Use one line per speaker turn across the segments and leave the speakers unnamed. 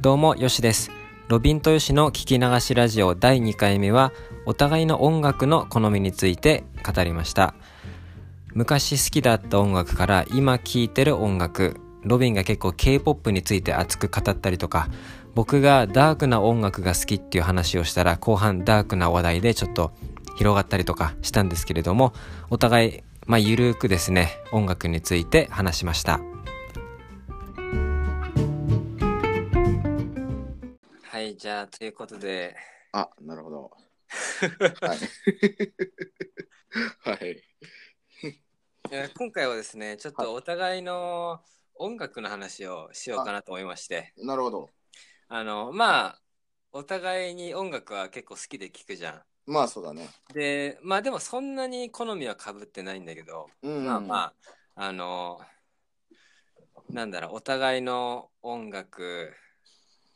どうも、よしです。ロビンとよしの聞き流しラジオ第2回目は、お互いの音楽の好みについて語りました。昔好きだった音楽から今聴いてる音楽、ロビンが結構 K-POP について熱く語ったりとか、僕がダークな音楽が好きっていう話をしたら、後半ダークな話題でちょっと広がったりとかしたんですけれども、お互い、まあ、ゆるーくですね、音楽について話しました。はい、じゃあ、ということで、
あ、なる ほど。はい。はい。
いや今回はですねちょっとお互いの音楽の話をしようかなと思いまして
なるほど。
あのまあお互いに音楽は結構好きで聴くじゃん
まあそうだね。
でまあでもそんなに好みはかぶってないんだけど、
うん。
まあまああのなんだろうお互いの音楽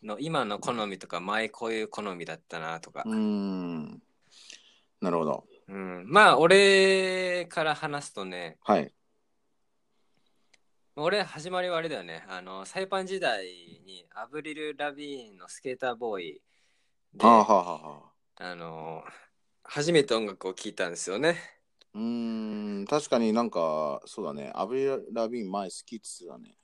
の今の好みとか前こういう好みだったなとか、
うん。なるほど。
うん、まあ俺から話すとね
はい。
俺始まりはあれだよねあのサイパン時代にアブリル・ラビーンのスケーターボーイで
あー
あ
はあはあはあ。
の初めて音楽を聴いたんですよね
うーん。確かになんか、そうだね。アブリル・ラビーン前好きっつだね。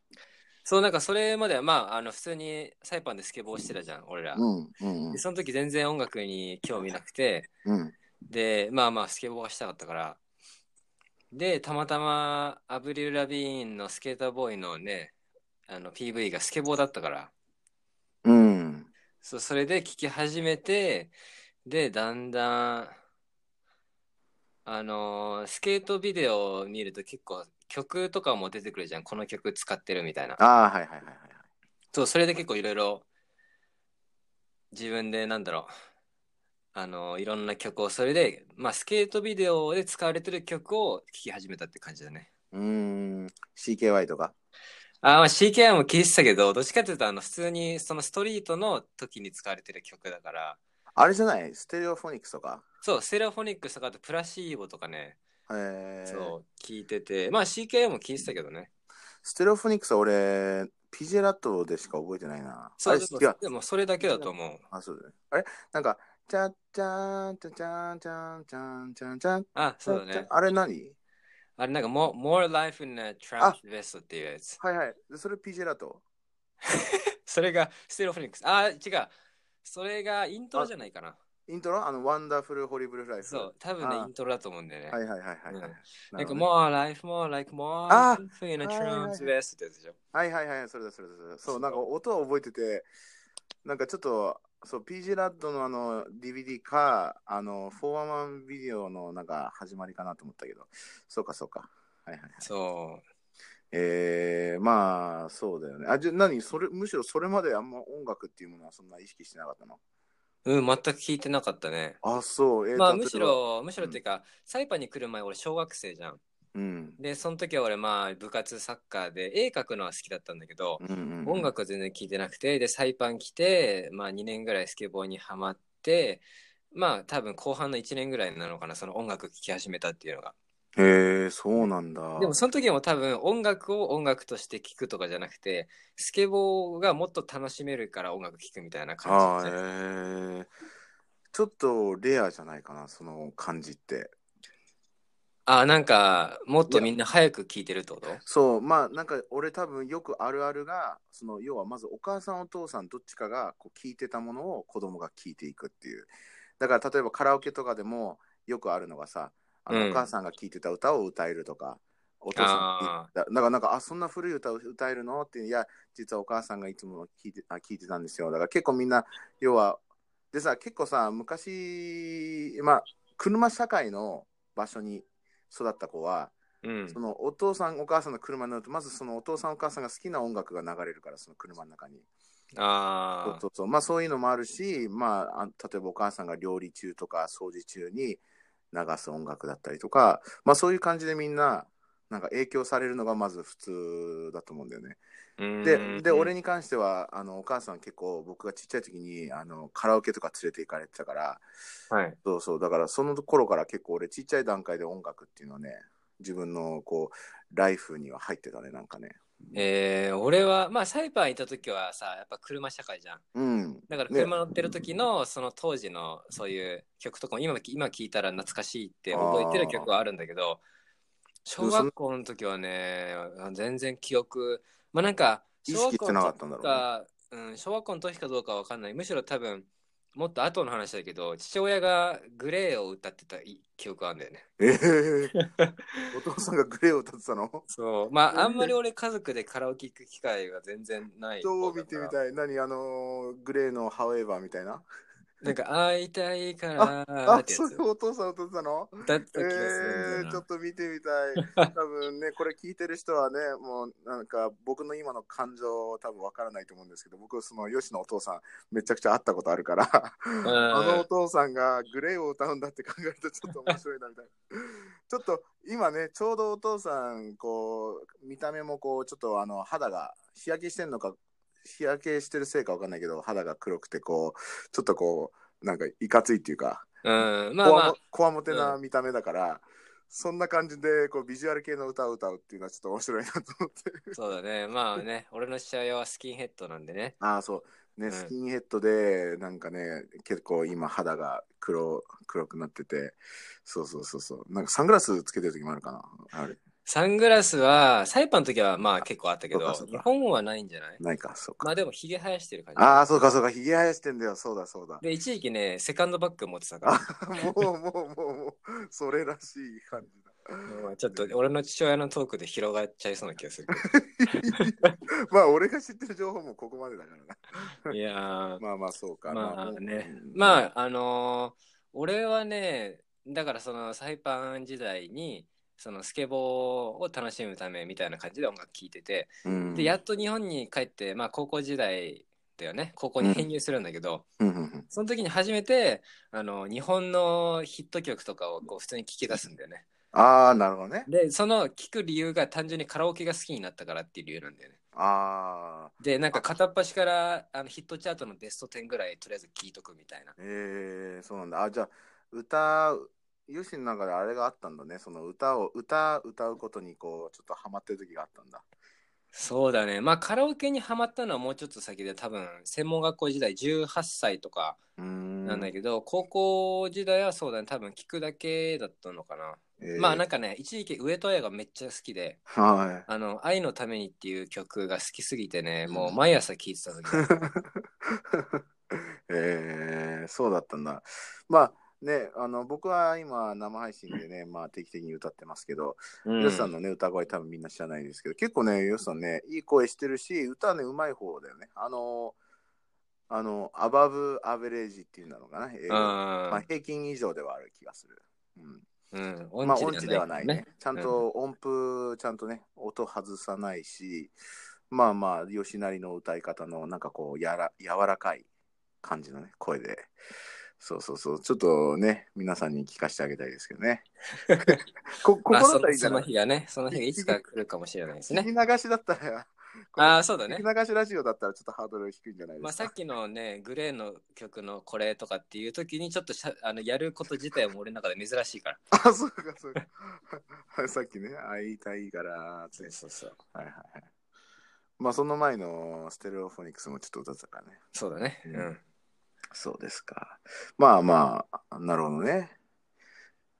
そうなんかそれまではまああの普通にサイパンでスケボーしてたじゃん俺ら
うん。うん
で。その時全然音楽に興味なくて
うん。
でまあまあスケボーがしたかったからでたまたまアブリル・ラビーンのスケーターボーイのねあの PV がスケボーだったから
うん。
そう、それで聞き始めて、で、だんだん、あのースケートビデオを見ると結構曲とかも出てくるじゃん。この曲使ってるみたいな。
ああ、はいはいはいはい。
そう、それで結構いろいろ、自分でなんだろう、あのーいろんな曲を、それで、まあ、スケートビデオで使われてる曲を聴き始めたって感じだね。
うーん。CKY とか。
あー、まあ、CKI も聴いてたけど、どっちかっていうと、あの、普通にそのストリートの時に使われてる曲だから、
あれじゃないステレオフォニックスとか。
そう、ステレオフォニックスとかあとプラシーボとかね、
えー、
そう、聞いてて、まあ CKA も聞いてたけどね。
ステレオフォニックスは俺、ピジェラットでしか覚えてないな。
そ
あ
う、
れ
で
好
も
きは
でもそれだけだと思う。
あ、そうだね。あれなんか、チャチャンチャチャンチャンチャンチャンチャン
あ、
チ
そう
ャ
だ
ンチャン
ね。
あれ何
あれなんか、More, More Life in a Trash Vest っていうやつ。
はいはい。でそれピジェラト
それがステレオフォニックス。あ、違う。それがイントロじゃないかな。
イントロあの、ワンダフルホリブルライフ。
そ。う、多分ね、
あ
イントロだと思うんだよね。
はいはいはいはい。
うん
な
なん
る
か、
ほどね
More Life, More Like More
あ
Life in a
はいはいは
Trash
い
Vest ってやつでしょ。
はいはいはい、それだそれだそれだ。そう、なんか音は覚えてて、なんかちょっと、そう、ピジェラットのあの、DVD か、あの、フォーマンビデオのなんか始まりかなと思ったけど、そうかそうか。はいはいはい。
そ
えー、まあそうだよね。あじゃあ何それむしろそれまであんま音楽っていうものはそんな意識してなかったの
う。うん、全く聞いてなかったね。
あそう。えー
まあ、
例えば
むしろ、むしろっていうか、サイパンに来る前、俺、小学生じゃん。
うん
で、その時は俺、まあ、部活サッカーで、絵描くのは好きだったんだけど、
うんうん
音楽は全然聴いてなくて、で、サイパン来て、まあ、2年ぐらいスケボーにはまって、まあ、多分後半の1年ぐらいなのかな、その音楽聴き始めたっていうのが。
へえー、そうなんだ。
でも、その時も多分、音楽を音楽として聴くとかじゃなくて、スケボーがもっと楽しめるから音楽聴くみたいな
あ
感じ
ー
で。
えー、ちょっとレアじゃないかな、その感じって。
ああ、なんか、もっとみんな早く聴いてるってこと
そう、まあなんか俺多分よくあるあるが、その要はまずお母さんお父さんどっちかがこう聞いてたものを子供が聞いていくっていう。だから例えばカラオケとかでもよくあるのがさ、あ
うん
のお母さんが聞いてた歌を歌えるとか、お父さんが聞いてた、なんかなんか、あ、そんな古い歌を歌えるのって、いや、実はお母さんがいつも聞いてあ聞いてたんですよ。だから結構みんな、要は、でさ、結構さ、昔、まあ、車社会の場所に育った子は、
うん
そ。のお父さんお母さんの車に乗るとまずそのお父さんお母さんが好きな音楽が流れるからその車の中にそう
あ
そうそうまあそういうのもあるしまああ例えばお母さんが料理中とか掃除中に流す音楽だったりとかまあそういう感じでみんななんか影響されるのがまず普通だと思うんだよね。
あ。
でで俺
に。
に関してはあのお母さん結構僕がちっちゃい時にあのカラオケとか連れて行かれてたから
はい。
そうそうだからその頃から結構俺ちっちゃい段階で音楽っていうのはね自分のこうライフには入ってたねなんかね
えー、俺は、まあ、サイパンいた時はさ、やっぱ車社会じゃん。
うん
だから車乗ってる時の、その当時のそういう曲とかも今、今聴いたら懐かしいって覚えてる曲はあるんだけど、小学校の時はね、全然記憶、まあなんか、
意
小
識
学校
してなか
の
ったんだ
時
ろ
か、うん、小学校の時かどうかわかんない。むしろ多分、もっと後の話だけど、父親がグレーを歌ってた記憶があるんだよね。
うね。え えお父さんがグレーを歌ってたの
そう。まあ、あんまり俺家族でカラオケ行く機会が全然ない方
ど
だ
う
から。
見てみたい何あのーグレーのハウエバーみたいな
なんか、会いたいからー
あ
ってや
そう
つ
いうお父さん歌ってたの
だった気がす
え
るん
ー、
だ
ちょ
よ
っと見てみ たい。多分ね、これ聞いてる人はね、もうなんか僕の今の感情を多分わからないと思うんですけど、僕、その吉野お父さん、めちゃくちゃ会ったことあるから、
な。
あのお
うん
父さんがグレーを歌うんだって考えるとちょっと面白いなみた いな。ちょっと今ね、ちょうどお父さん、こう、見た目もこう、ちょっとあの肌が日焼けしてんのか、日焼けしてるせいかわかんないけど、肌が黒くてこう、ちょっとこう、なんかいかついっていうか、
うん、まあま
こわ
あ
も、こわもてな見た目だから、そんな感じでこうビジュアル系の歌を歌うっていうのはちょっと面白いなと思って。
そうだね。まあね、俺の父親はスキンヘッドなんでね。
ああ、そう。ね、
うん
スキンヘッドで、なんかね、結構今肌が黒、黒くなってて、そうそうそうそう。なんかサングラスつけてる時もあるかな。あれ、
サングラスは、サイパンの時はまあ結構あったけ
そう
ど
かそう、か
日本はないんじゃない
ないか、そう
ま
か。
あでも、ヒゲ生やしてる感じ。
ああ、そうか、そうか、ひげ生やしてんだよ、そうだ、そう だ。
で、一時期ね、セカンドバッグ持ってた
あ
か
もう、もう、もう、もう、それらしい感じだ。
ら、まあちょっと俺の父親のトークで広がっちゃいそうな気がするけ
まあ、俺が知ってる情報もここまでだからな。
ど。いやー、
まあまあ、そうか。
まあね
うん
まああのー俺はねだからそのサイパン時代にそのスケボーを楽しむためみたいな感じで音楽聴いてて
うん
でやっと日本に帰って、まあ、高校時代だよね高校に編入するんだけど、
うんうんうん
その時に初めてあの日本のヒット曲とかをこう普通に聴き出すんだよね
ああ、なるほどね。
でその聴く理由が単純にカラオケが好きになったからっていう理由なんだよね
ああ、
でなんか片っ端からあのヒットチャートのベスト10ぐらいとりあえず聴いとくみたいな
ええそうなんだ。あ、じゃあ、歌、ユシの中であれがあったんだね。その歌を、歌、歌うことに、こう、ちょっとハマってる時があったんだ。
そうだね。まあカラオケにハマったのはもうちょっと先で多分専門学校時代18歳とか
うーん。
なんだけど、高校時代はそうだね多分聞くだけだったのかな。
ええ
まあなんかね一時期上戸彩がめっちゃ好きで「
はい。
あの愛のために」っていう曲が好きすぎてね
うん
もう毎朝聴いてた時
ええそうだったんだ。まあ、ね、あの、僕は今、生配信でね、まあ、定期的に歌ってますけ ど、
う
ヨシさん
ん、
のね、歌声多分みんな知らないですけど、結構ね、ヨシさんね、いい声してるし、歌ね、うまい方だよね。あの、あの、アバブアベレージっていうのかな、英語でまあ、平均以上ではある気がする。う
うん、
ん、まあ
音
音
痴
痴
で
で
は
は
な
ないい
ね
ね。ちゃんと音符、ちゃんとね、音外さないし、まあまあ、吉成の歌い方の、なんかこう、やら、柔らかい感じのね、声で。そうそうそう。ちょっとね、皆さんに聞かせてあげたいですけどね。こ、ここ
ま
だ
あ
っ
そ
たらいいんじ
そ
ゃな
の
い
日がねその日がいつか来るかもしれないです
聞き
ね。
流しだったら、これ
ああそうだね
聞き。流しラジオだったらちょっとハードル低いんじゃない
ま
で
あ、
すか。
さっきのね、グレーの曲のこれとかっていう時に、ちょっとしゃあのやること自体も俺の中で珍しいから。
あ、そうか、そうか。さっきね、会いたいからって
そうそうそう。
はいはいはい。まあその前のステレオフォニクスもちょっと歌ってたからね。
そうだね。うん。
そうですか。まあまあ、なるほどね。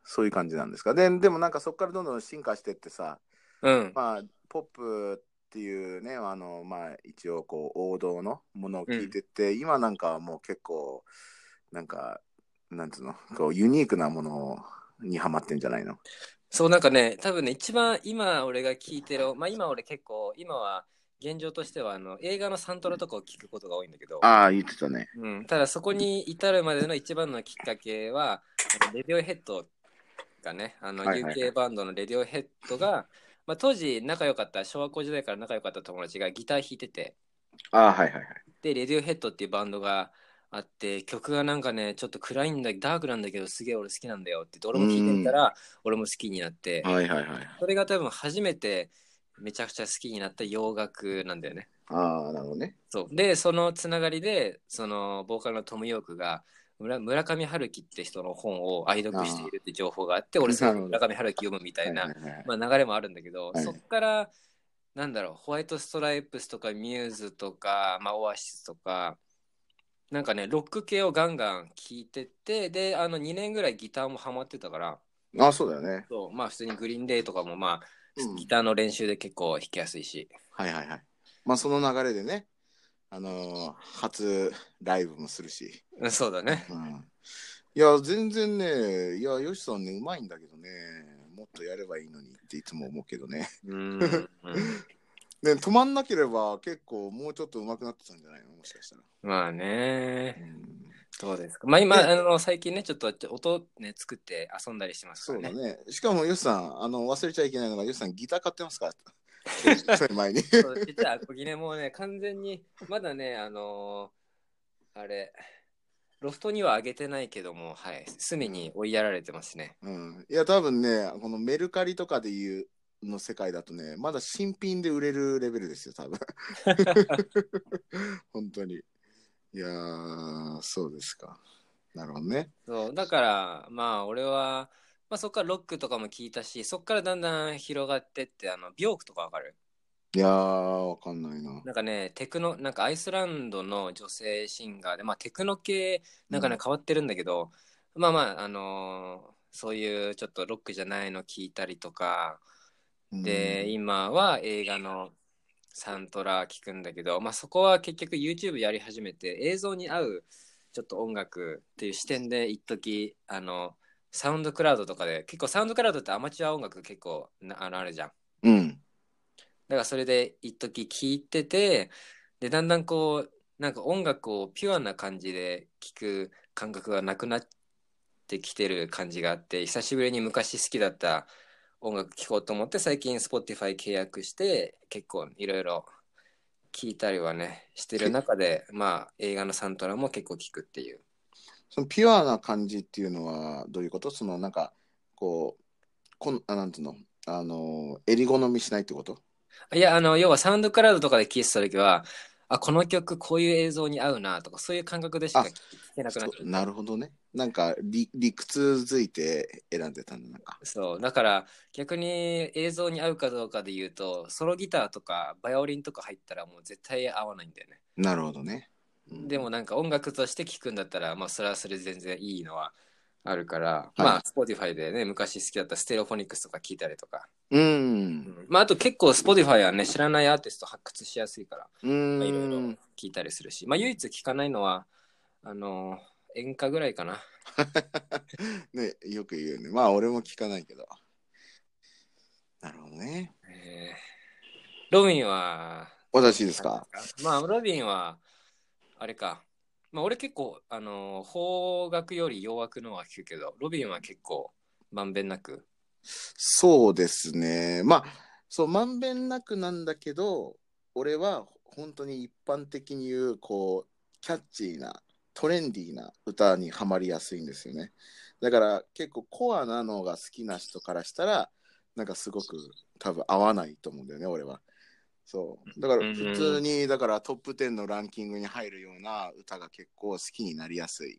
そういう感じなんですか。で、でもなんかそこからどんどん進化してってさ、
うん。
まあ、ポップっていうね、あの、まあ一応こう王道のものを聞いてって、今なんかはもう結構、なんか、なんつうの、こうユニークなものにハマってんじゃないの
そう、なんかね、多分ね、一番今俺が聞いてる、まあ今俺結構、今は現状としてはあの映画のサントラとかを聞くことが多いんだけど、
ああ、言ってたね。
うん、ただそこに至るまでの一番のきっかけは、あのレディオヘッドがね、あの
はいはいはい
UK バンドのレディオヘッドが、まあ、当時仲良かった、小学校時代から仲良かった友達がギター弾いてて、
ああ、はいはいはい。
で、レディオヘッドっていうバンドがあって、曲がなんかね、ちょっと暗いんだ、ダークなんだけど、すげえ俺好きなんだよって言って、俺も聴いてみたら、俺も好きになって、
はいはいはい。
それが多分初めてめちゃくちゃ好きになった洋楽なんだよね。
ああ、なるほどね。
そう。で、そのつながりで、その、ボーカルのトム・ヨークが、村村上春樹って人の本を愛読しているって情報があって俺その村上春樹読むみたいな、
はいはいはい
まあ、流れもあるんだけど、
はい
そっからなんだろうホワイトストライプスとかミューズとか、まあ、オアシスとかなんかねロック系をガンガン聴いててであの2年ぐらいギターもハマってたから
あ、そうだよね。
そうまあ普通にグリーンデーとかもまあ、
うん
ギターの練習で結構弾きやすいし
はいはいはい。まあその流れでね、あのー初ライブもするし。
うんそうだね
うんいや、全然ね、いや、よしさんね、うまいんだけどね、もっとやればいいのにっていつも思うけどね。
うん うん
ね、止まんなければ結構もうちょっと上手くなってたんじゃないのもしかしたら。
まあね
うん
どうですかまあ今あの最近ねちょっと音ね作って遊んだりしてますか
そう
ら
だ
ね
ね。しかも、よしさん、あの、忘れちゃいけないのが、よしさん、ギター買って ますから。それ前に。
そう実はアコギねもうね完全にまだねあのーあれロフトには上げてないけどもはい隅に追いやられてますね
うん。いや、多分ね、このメルカリとかでいうの世界だとね、まだ新品で売れるレベルです よ、多分。本当に。いやー、そうですか。なるほどね。
そうだからまあ俺は、まあ、そっからロックとかも聞いたしそっからだんだん広がってってあのビョークとかわかる
いやー、わかんないな。
なんかねテクノなんかアイスランドの女性シンガーでまあテクノ系なんかね、変わってるんだけどまあまああのーそういうちょっとロックじゃないの聞いたりとか
うん
で、今は映画のサントラ聞くんだけど、まあ、そこは結局 YouTube やり始めて映像に合うちょっと音楽っていう視点で一時あのサウンドクラウドとかで結構サウンドクラウドってアマチュア音楽結構なあのあるじゃん
うん。
だからそれで一時聞いててでだんだんこうなんか音楽をピュアな感じで聞く感覚がなくなってきてる感じがあって久しぶりに昔好きだった音楽聴こうと思って最近 Spotify 契約して結構いろいろ聞いたりはねしてる中でまあ映画のサントラも結構聞くっていう
そのピュアな感じっていうのはどういうことそのなんかこうこんあなんていうのあの襟好みしないってこと
いやあの要はサウンドクラウドとかで聴いてた時はあこの曲こういう映像に合うなとかそういう感覚でしか聴けなくなっちゃ
そうなるほどねなんか理理屈づいて選んでたんだなんか
そうだから逆に映像に合うかどうかで言うとソロギターとかバイオリンとか入ったらもう絶対合わないんだよね、
なるほどね、うん
でもなんか音楽として聴くんだったらまあそれはそれで全然いいのはあるから、
い
まあ Spotify でね昔好きだったステレオフォニクスとか聴いたりとか、
う
うんんまああと結構 Spotify はね知らないアーティスト発掘しやすいから
う
まあいろいろ
ん
聴いたりするしまあ唯一聴かないのはあの演歌ぐらいかな
ねよく言うねまあ俺も聞かないけどなるほどね
えーロビンは
私ですか
まあ、ロビンは、あれか。まあ、俺結構、あの、邦楽より洋楽のは聞くけど、ロビンは結構、まんべんなく。
そうですね。まあ、そう、まんべんなくなんだけど、俺は本当に一般的に言う、こう、キャッチーな、トレンディーな歌にはまりやすいんですよね。だから結構コアなのが好きな人からしたら、なんかすごく多分合わないと思うんだよね、俺は。そう。だから普通に、だからトップ10のランキングに入るような歌が結構好きになりやすい。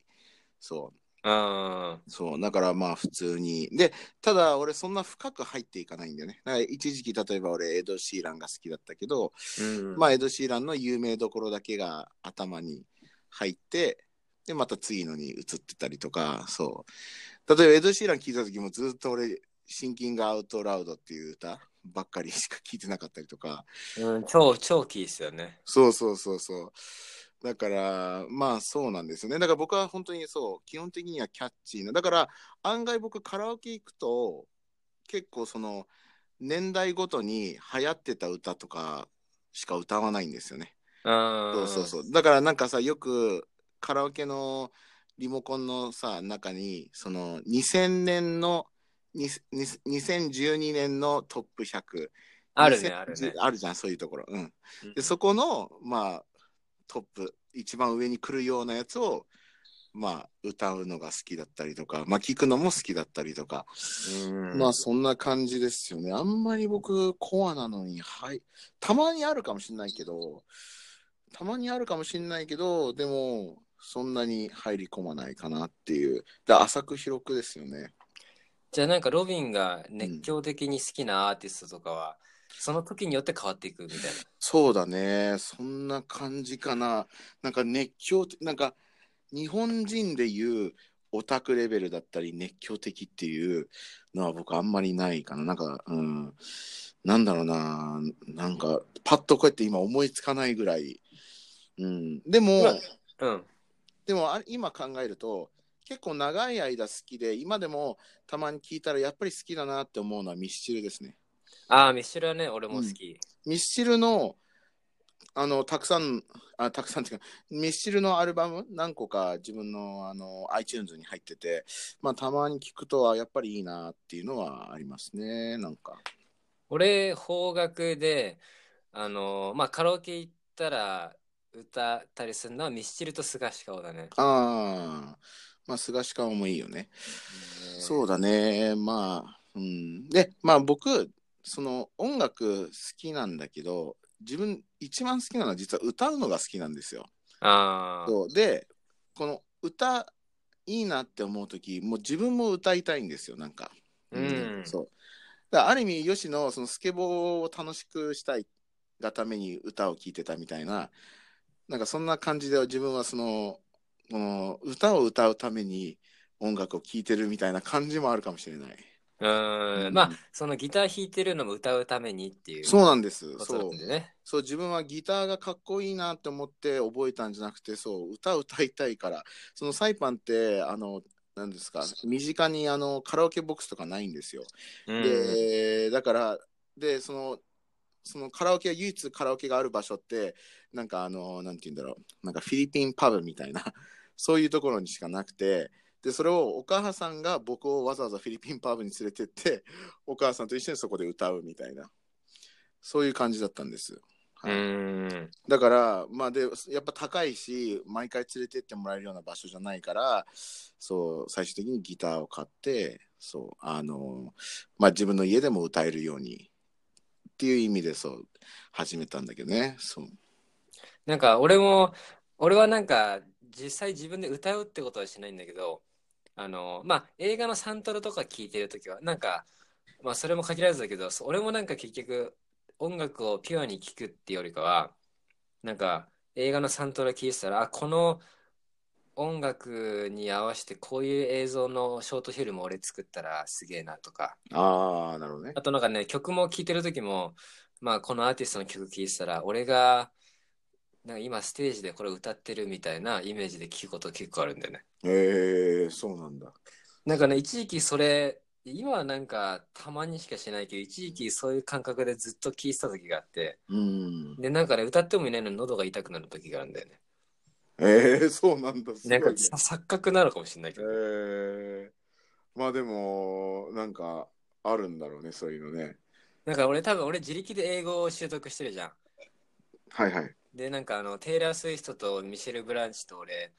そう。
あ
そう、だからまあ普通に。で、ただ俺そんな深く入っていかないんだよね。だから一時期例えば俺エド・シーランが好きだったけど、
あ、うん。
ま
あ、
あエド・シーランの有名どころだけが頭に入って、で、また次のに移ってたりとか、そう。例えばエド・シーラン聞いた時もずっと俺、シンキング・アウト・ラウドっていう歌ばっかりしか聞いてなかったりとか、
うん、超、超キーっすよね。
そうそうそうそう。だから、まあそうなんですよね。だから僕は本当にそう、基本的にはキャッチーな。だから案外僕カラオケ行くと、結構その年代ごとに流行ってた歌とかしか歌わないんですよね。
あ
そうそうそう。だからなんかさ、よくカラオケのリモコンのさ、中に、その2000年の、にに2012年のトップ100。
あるね、
2010
あるね。
あるじゃん、そういうところ。うん。で
そ
そこの、まあ、トップ一番上に来るようなやつを、まあ、歌うのが好きだったりとか、まあ、聞くのも好きだったりとか、
うん、
まあそんな感じですよねあんまり僕コアなのに、はい、たまにあるかもしれないけどたまにあるかもしれないけどでもそんなに入り込まないかなっていう。だから浅く広くですよね。
じゃあなんかロビンが熱狂的に好きなアーティストとかは、その時によって変わっていくみたいな。
そうだね。そんな感じかな。なんか熱狂って、なんか日本人でいうオタクレベルだったり熱狂的っていうのは僕あんまりないかな。なんか、うん。なんだろうな。なんかパッとこうやって今思いつかないぐらい。うん。でも、
まあうん。
でもあれ今考えると結構長い間好きで今でもたまに聞いたらやっぱり好きだなって思うのはミスチルですね
ああ、ミッシュルはね、俺も好き。
ミスチルのあのたくさんあたくさんっていうかミスチルのアルバム何個か自分のあの iTunes に入っててまあたまに聞くとはやっぱりいいなっていうのはありますねなんか
俺、邦楽で、あのーまあ、カラオケ行ったら歌ったりするのはミスチルとスガシカオだね。
ああまあ菅氏顔もいいよね
う。
そうだね。まあ、うん。で、まあ僕、その音楽好きなんだけど、自分一番好きなのは実は歌うのが好きなんですよ。
ああ。
そうで、この歌いいなって思う時もう自分も歌いたいんですよ、なんか。
うん
そう。だからある意味、ヨシのそのスケボーを楽しくしたいがために歌を聴いてたみたいな、なんかそんな感じで自分はその、この歌を歌うために音楽を聴いてるみたいな感じもあるかもしれない。
うーん。まあ、そのギター弾いてるのも歌うためにっていう
そうなんです。
こと
そ
だ
う
っ。たんでね。
そう、自分はギターがかっこいいなって思って覚えたんじゃなくて、そう、歌を歌いたいから。そのサイパンって、あの、なんですか、身近にあのカラオケボックスとかないんですよ。
うん。
で、だから、で、その、そのカラオケ、唯一カラオケがある場所って、なんかあの、なんて言うんだろう、なんかフィリピンパブみたいな、 そういうところにしかなくて、で、それをお母さんが僕をわざわざフィリピンパブに連れてって、お母さんと一緒にそこで歌うみたいな、そういう感じだったんです。
う
はい
ん。
だから、まあで、やっぱ高いし、毎回連れてってもらえるような場所じゃないから、そう、最終的にギターを買って、そう、あの、まあ自分の家でも歌えるようにっていう意味で、そう、始めたんだけどね、そう。
なんか、俺も、俺はなんか、実際自分で歌うってことはしないんだけど、あのーまあ、映画のサントラとか聴いてるときは、なんか、まあ、それも限らずだけど、そう俺もなんか結局、音楽をピュアに聴くっていうよりかは、なんか、映画のサントラ聴いてたら、あ、この音楽に合わせて、こういう映像のショートフィルム俺作ったらすげえなとか、
ああ、なるほどね。
あとなんかね、曲も聴いてる時も、まあこのアーティストの曲聴いてたら、俺が、なんか今ステージでこれ歌ってるみたいなイメージで聴くこと結構あるんだよね。
へえそうなんだ。
なんかね、一時期それ、今はなんかたまにしかしないけど、一時期そういう感覚でずっと聴いてた時があって、
うん。
で、なんかね、歌ってもいないのに喉が痛くなる時があるんだよね。
ええそうなんだ。すご
ないん
ね
かさ錯覚なのかもしれないけ
え
ど。
えまあでも、なんか、あるんだろうね、そういうのね。
なんか俺多分俺自力で英語を習得してるじゃん。
はいはい。
で、なんかあの、テイラー・スウィフトとミシェル・ブランチと俺、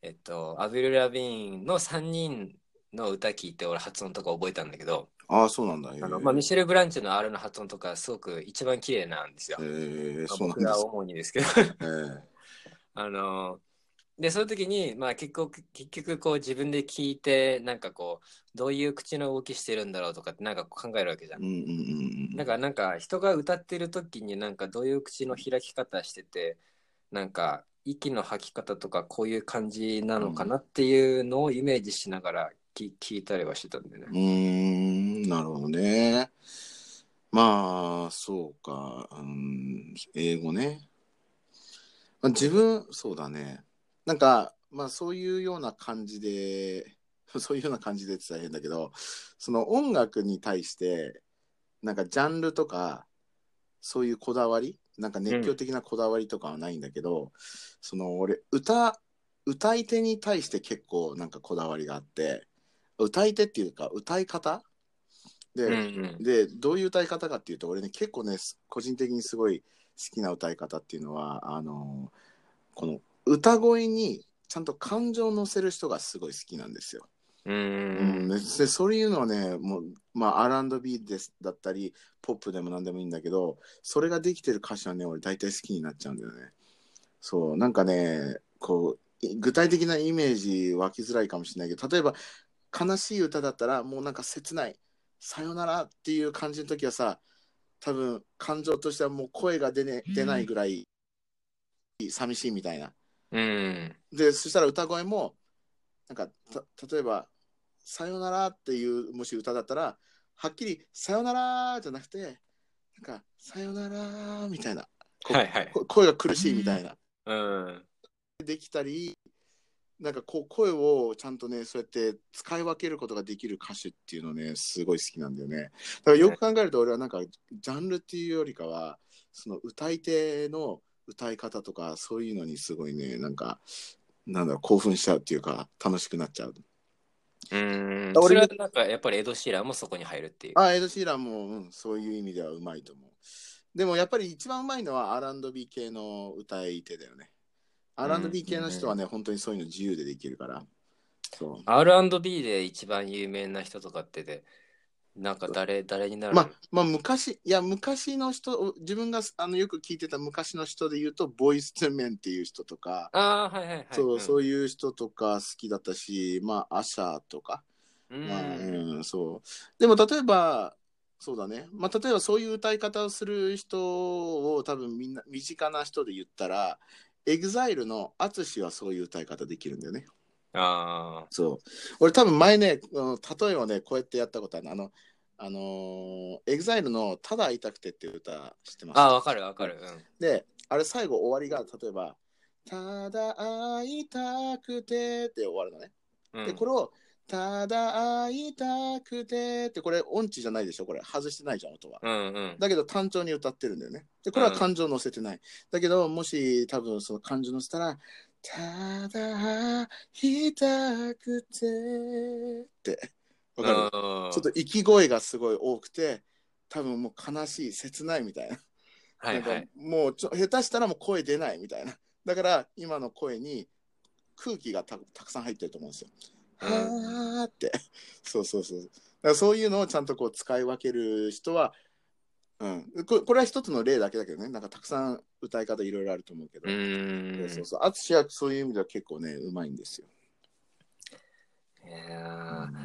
えっと、アブリル・ラビーンの3人の歌聞いて俺発音とか覚えたんだけど、
ああ、そうなんだ。へえ
あの、まあ、ミシェル・ブランチの R の発音とかすごく一番綺麗なんですよ。
えー、
まあ
そうなん
僕
で
が
す
主にですけど。
ね。
あの、で、その時に、まあ結構、結局こう自分で聞いて、なんかこう、どういう口の動きしてるんだろうとかってなんか考えるわけじゃん
うん。うんうんうん。
だからなんか人が歌ってる時になんかどういう口の開き方しててなんか息の吐き方とかこういう感じなのかなっていうのをイメージしながらき聞いたりはしてたんだよ
う
ね。
ーん、なるほどね。まあ、そうか。うん、英語ね。まあ、自分、そうだね。なんか、まあ、そういうような感じで、 そういうような感じでって大変だけど、その音楽に対して、なんかジャンルとか、そういうこだわり、なんか熱狂的なこだわりとかはないんだけど、その俺、歌、歌い手に対して結構なんかこだわりがあって、歌い手っていうか歌い方で、
うんうん
でどういう歌い方かっていうと俺ね結構ねす個人的にすごい好きな歌い方っていうのはあのーこの歌声にちゃんと感情を乗せる人がすごい好きなんですよ。
うん
う
うん
ん、でそういうのはねもう、まあ、R&B ですだったりポップでも何でもいいんだけどそれができてる歌詞はね俺大体好きになっちゃうんだよね。そうなんかねこう具体的なイメージ湧きづらいかもしれないけど例えば悲しい歌だったらもうなんか切ない「さよなら」っていう感じの時はさ多分感情としてはもう声が出,、ね、出ないぐらい寂しいみたいな。
うん。
でそしたら歌声もなんかた例えば「さよなら」っていうもし歌だったらはっきり「さよなら」じゃなくてなんか「さよなら」みたいなこ
はいはい。
こ声が苦しいみたいな。
うん。
できたりなんかこう声をちゃんとねそうやって使い分けることができる歌手っていうのねすごい好きなんだよねだからよく考えると俺はなんかジャンルっていうよりかはその歌い手の歌い方とかそういうのにすごいねなんかなんだろう興奮しちゃうっていうか楽しくなっちゃう
うん。
俺
それはなんかやっぱりエド・シーランもそこに入るっていう。
あエド・シーランも、うん、そういう意味ではうまいと思うでもやっぱり一番うまいのは R&B 系の歌い手だよね R&B 系の人はね、本当にそういうの自由でできるからそう
R&B で一番有名な人とかってで、なんか誰、誰になる
まあ、まあ、昔、いや、昔の人、自分があのよく聞いてた昔の人で言うと、ボイスツーメンっていう人とか、
ああー、はいはいはい。
そう、
ん
そういう人とか好きだったし、まあ、アシャーとか、
うん。
まあ、うん、そう。でも、例えば、そうだね。まあ、例えばそういう歌い方をする人を多分みんな、身近な人で言ったら、EXILE の ATSUSHI はそういう歌い方できるんだよね。
ああ。
そう。俺多分前ね、あの例えをね、こうやってやったことあるの。あの、あのー、エグザイルの「ただ会いたくて」っていう歌知ってま
ああ、
す
わかるわかる。うん。
で、あれ最後終わりが、例えば、ただ会いたくてって終わるのね。
うん
で、これを、ただ会いたくてって、これ音痴じゃないでしょこれ外してないじゃん、音は。
うんうん。
だけど単調に歌ってるんだよね。で、これは感情乗せてない。だけど、もし多分その感情乗せたら、ただひたくてって、わかる、
うん
ちょっと息声がすごい多くて、多分もう悲しい、切ないみたいな。
はいは
なん
い
か。もうちょ下手したらもう声出ないみたいな。だから今の声に空気がたたくさん入ってると思うんですよ。
うん
はーって。そうそうそう。だからそういうのをちゃんとこう使い分ける人は、うん、ここれは一つの例だけだけどね、なんかたくさん歌い方いろいろあると思うけど、
う
そうそ
ん
う。そう。淳はそういう意味では結構ね、うまいんですよ。
いやー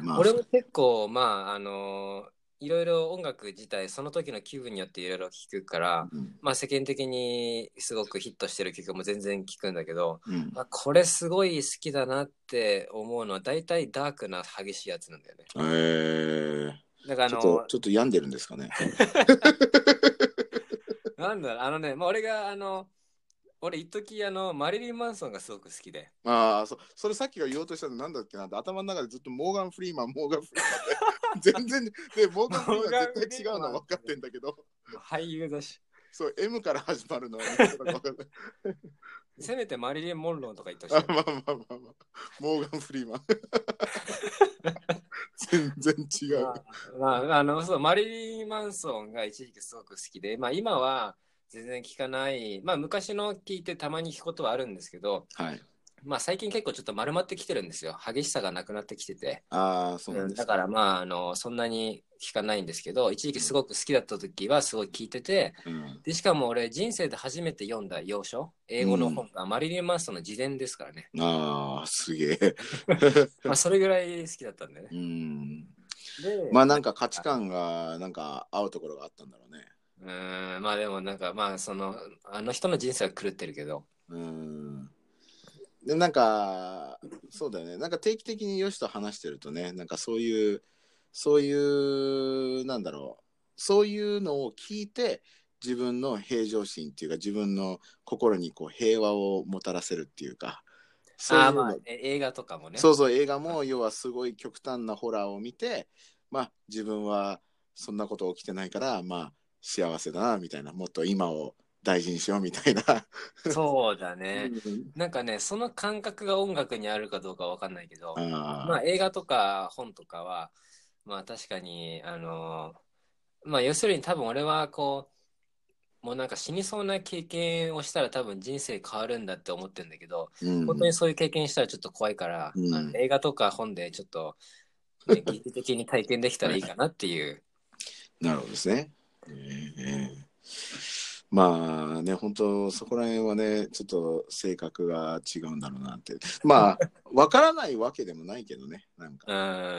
まあ
俺も結構まああのーいろいろ音楽自体その時の気分によっていろいろ聴くから、
うん
まあ、世間的にすごくヒットしてる曲も全然聴くんだけど、
うん
まあ、これすごい好きだなって思うのは大体ダークな激しいやつなんだよね
えー、
だからあ
ちょ
の
っ
ー
とちょっと病んでるんですかね。
なんだろうあのね、まあ、俺があの俺一時あのマリリン・マンソンがすごく好きで
ああ、そそれさっきが言おうとしたのなんだっけなって頭の中でずっとモーガン・フリーマン、モーガン・フリーマンで全然、で、モーガン・フリーマン絶対違うの分かってんだけど、
俳優だし
そう、M から始まるのはなんとなく分かんない
せめてマリリン・モンローとか言ってほし
あ
い
まあまあまあまあ、モーガン・フリーマン。全然違う。
まあ、あのそうマリリン・マンソンが一時期すごく好きで、まあ、今は全然聞かない、まあ、昔の聞いてたまに聞くことはあるんですけど、
はい。
まあ、最近結構ちょっと丸まってきてるんですよ激しさがなくなってきてて、
ああ、そうなん
うん
です。
だからまああのそんなに聞かないんですけど一時期すごく好きだった時はすごい聞いてて
うん
でしかも俺人生で初めて読んだ要書英語の本がマリリン・マンソンの自伝ですからね、
ああ、すげえ。
まあ、それぐらい好きだったんだよ
う
ね
ん。
で
まあなんか価値観が、なんか合うところがあったんだろうね。
うーんまあでもなんかまあそのあの人の人生は狂ってるけど
うんでなんかそうだよねなんか定期的によしと話してるとねなんかそういうそういうなんだろうそういうのを聞いて自分の平常心っていうか自分の心にこう平和をもたらせるっていうかそういう
あ
の
ーまあえ映画とかもね
そうそう映画も要はすごい極端なホラーを見てまあ自分はそんなこと起きてないからまあ幸せだなみたいなもっと今を大事にしようみたいな。
そうだ ね、
うん
なんかねその感覚が音楽にあるかどうかわかんないけど
あー
まあ映画とか本とかはまあ確かにあのーまあ要するに多分俺はこうもうなんか死にそうな経験をしたら多分人生変わるんだって思ってるんだけど
うん
本当にそういう経験したらちょっと怖いから、
うん
あの映画とか本でちょっと、ね、 疑似的に体験できたらいいかなっていう
なるほどですね。ええまあね、本当そこら辺はね、ちょっと性格が違うんだろうなって。 まあ、わからないわけでもないけどね、なんか。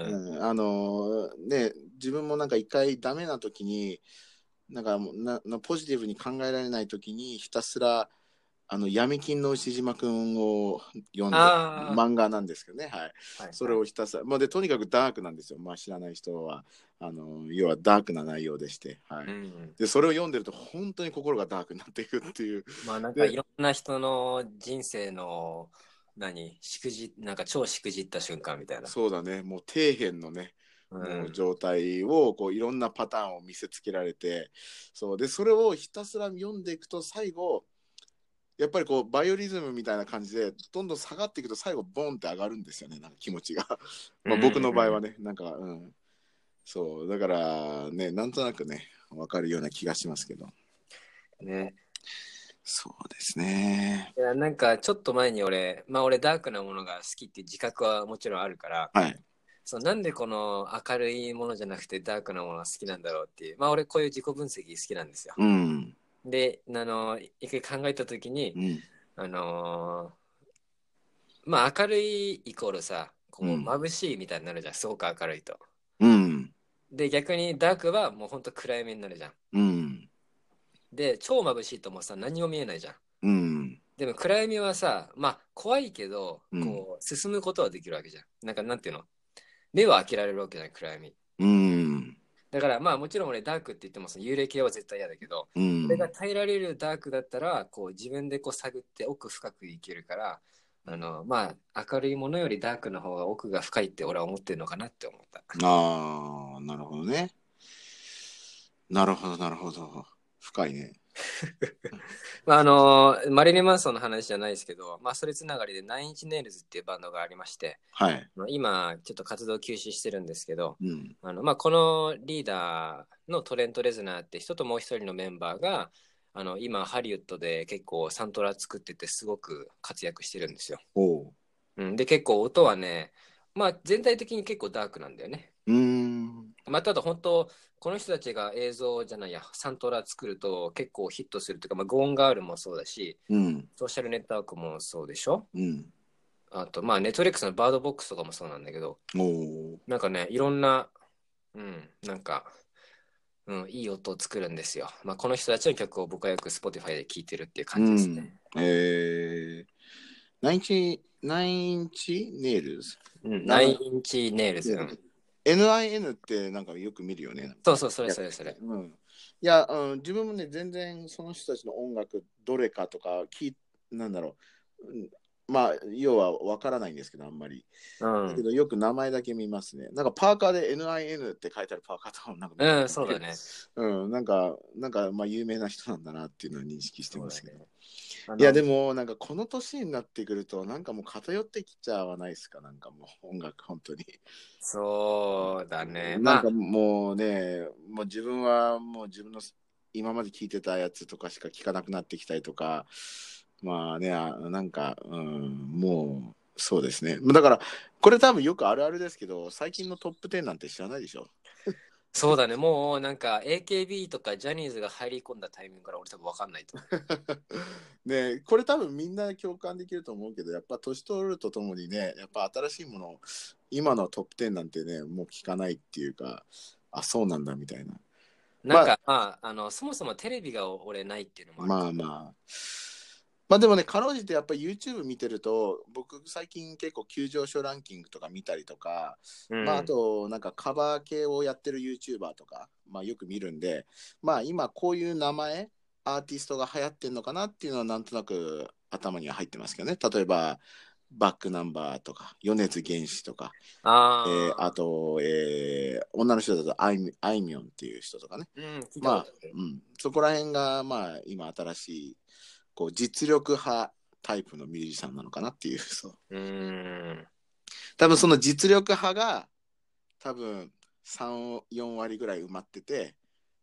うん。
うんあのね、自分もなんか一回ダメな時に、なんかもうななポジティブに考えられない時に、ひたすら、あの、闇金の牛島くんを読んで、
あー
漫画なんですけどね、はい。
はい
それをひたすら、まあ、でとにかくダークなんですよ、まあ、知らない人はあの要はダークな内容でして、は
う
い、
ん。
でそれを読んでると本当に心がダークになっていくっていう
まあなんかいろんな人の人生の何しくじなんか超しくじった瞬間みたいな。
そうだねもう底辺のね、
う。
もうん状態をこういろんなパターンを見せつけられてそうでそれをひたすら読んでいくと最後やっぱりこうバイオリズムみたいな感じでどんどん下がっていくと最後ボンって上がるんですよねなんか気持ちが。まあ、僕の場合はね、なんか、うん、そう、だからね、なんとなくね、わかるような気がしますけど、
ね。
そうですね。
いやなんかちょっと前に俺、まあ俺ダークなものが好きっていう自覚はもちろんあるから、
はい、
そうなんでこの明るいものじゃなくてダークなものが好きなんだろうっていう、まあ俺こういう自己分析好きなんですよ。
うん、
で、あの、一回考えた時に
う、ん、
あのーまあ明るいイコールさ、こう
うん
眩しいみたいになるじゃん、すごく明るいと。
うん、
で、逆にダークはもうほんと暗闇になるじゃん。
うん、
で、超眩しいともうさ、何も見えないじゃん。
うん、
でも暗闇はさ、まあ怖いけど、
うん
こう進むことはできるわけじゃん。なんかなんていうの目は開けられるわけじゃん、暗闇。
うん、
だからまあもちろん俺ダークって言ってもその幽霊系は絶対嫌だけど、
うん
それが耐えられるダークだったら、こう自分でこう探って奥深くいけるから、あのまあ明るいものよりダークの方が奥が深いって俺は思ってるのかなって思った。
ああ、なるほどね。なるほど、なるほど。深いね。
まああの、マリリン・マンソンの話じゃないですけど、まあそれつながりでナインインチネイルズっていうバンドがありまして、
はい。
まあ今ちょっと活動休止してるんですけど、
うん、
あのまあ、このリーダーのトレント・レズナーって人ともう一人のメンバーがあの今ハリウッドで結構サントラ作っててすごく活躍してるんですよ。
おう。
うん、で結構音はね、まあ、全体的に結構ダークなんだよね。
うーん、
まあ、ただ本当この人たちが映像じゃないやサントラ作ると結構ヒットするというか、まあ、ゴーンガールもそうだし
うん、
ソーシャルネットワークもそうでしょ
うん。
あとまあネットフリックスのバードボックスとかもそうなんだけど
おう。
なんかね、いろんな、うん、なんか、うん、いい音を作るんですよ。まあ、この人たちの曲を僕はよく Spotify で聴いてるっていう感じですね。
うん、えー、ナインチ、ナインチネイルズ
うん、ナインインチネイルズ。うん
NIN ってなんかよく見るよね。
そうそう、それそれそれ。
うん、いや、うん、自分もね、全然その人たちの音楽どれかとか、聞いなんだろう、うんまあ、要は分からないんですけど、あんまり。
う
だけ
ん。
ど、よく名前だけ見ますね。なんかパーカーで NIN って書いてあるパーカーとかもなんか見る
うん、そうだね。。
うん、なんか、なんか、まあ、有名な人なんだなっていうのは認識してますけど。
あの
いや、でも、なんか、この年になってくると、なんかもう偏ってきちゃわないですか、なんかもう、音楽、本当に。
そうだね。
なん
ま
かもうね、もう自分はもう自分の今まで聞いてたやつとかしか聞かなくなってきたりとか、まあね、あなんか、うん、もうそうですね。だから、これ多分よくあるあるですけど、最近のトップ10なんて知らないでしょ。
あ、そうだね。もう、なんか、AKB とかジャニーズが入り込んだタイミングから俺多分わかんないと思う。
ね、これ多分みんな共感できると思うけど、やっぱ年取るとともにね、やっぱ新しいものを、今のトップ10なんてね、もう聞かないっていうか、あ、そうなんだみたいな。
なんか、まあ、あの、そもそもテレビが俺ないっていうのもある
まあまあ。まあでもね、かろうじてやっぱり YouTube 見てると、僕最近結構急上昇ランキングとか見たりとか、
うん
まああとなんかカバー系をやってる YouTuber とか、まあよく見るんで、まあ今こういう名前、アーティストが流行ってんのかなっていうのはなんとなく頭には入ってますけどね。例えば、バックナンバーとか、米津玄師とか、
あ
あ,、えーあと、えー女の人だとあいみあいみょんっていう人とかね。
ー、うん、聞いたことある
うん、そこら辺がまあ今新しいこう実力派タイプのミュージシャンなのかなっていう そう
うん。
多分その実力派が多分34割ぐらい埋まってて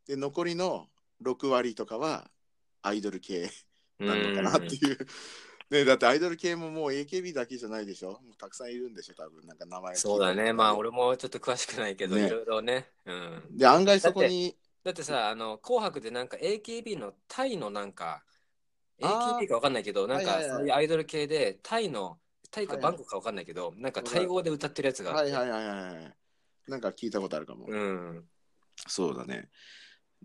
で残りの6割とかはアイドル系なのかなっていう、 ね、だってアイドル系ももう AKB だけじゃないでしょもうたくさんいるんでしょ多分なんか名前聞いた
そうだね。まあ、俺もちょっと詳しくないけど、
ね
いろいろね。うん。
で案外そこに
だってさ、あの、紅白でなんか AKB のタイのなんか、
あー
AKB かわかんないけど、なん
は
か
いはいはい
そういうアイドル系で、タイの、タイか
はい
バ
はい
ンコクかわかんないけど、なんかタイ語で歌ってるやつがあっ
はい
て、
はいはいはい。なんか聞いたことあるかも。
うん。
そうだね。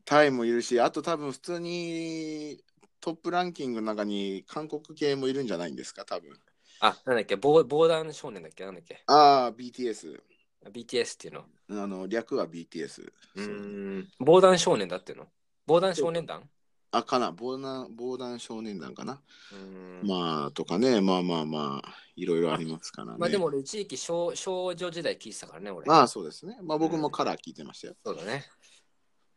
タイもいるし、あと多分普通にトップランキングの中に韓国系もいるんじゃないんですか、多分。
あ、なんだっけ、防防弾少年だっけ、なんだっけ、
ああ、BTS。
BTS っていうの。
あの略は BTS。
う
そ
ん。防弾少年だっていうの。防弾少年団
あかな防弾、防弾少年団かな、
うん。
まあ、とかね、まあまあまあ、いろいろありますからね。
まあでも、俺一時期少少女時代聞いてたからね、俺。
まあそうですね。まあ僕もカラー聞いてましたよ。
そうだね。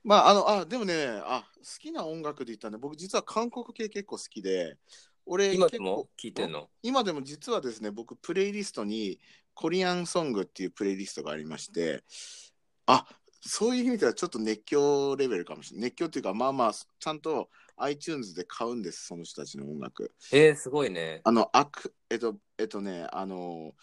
まあ、あの、あ、でもね、あ、好きな音楽で言ったんで、僕実は韓国系結構好きで、俺、
今で
結
も
構
聞いてんの。
今でも実はですね、僕、プレイリストに、コリアンソングっていうプレイリストがありまして、あ、そういう意味ではちょっと熱狂レベルかもしれない。熱狂っていうか、まあまあ、ちゃんと iTunes で買うんです、その人たちの音楽。
えー、すごいね。
あの、アク、えっと、えっとね、あの、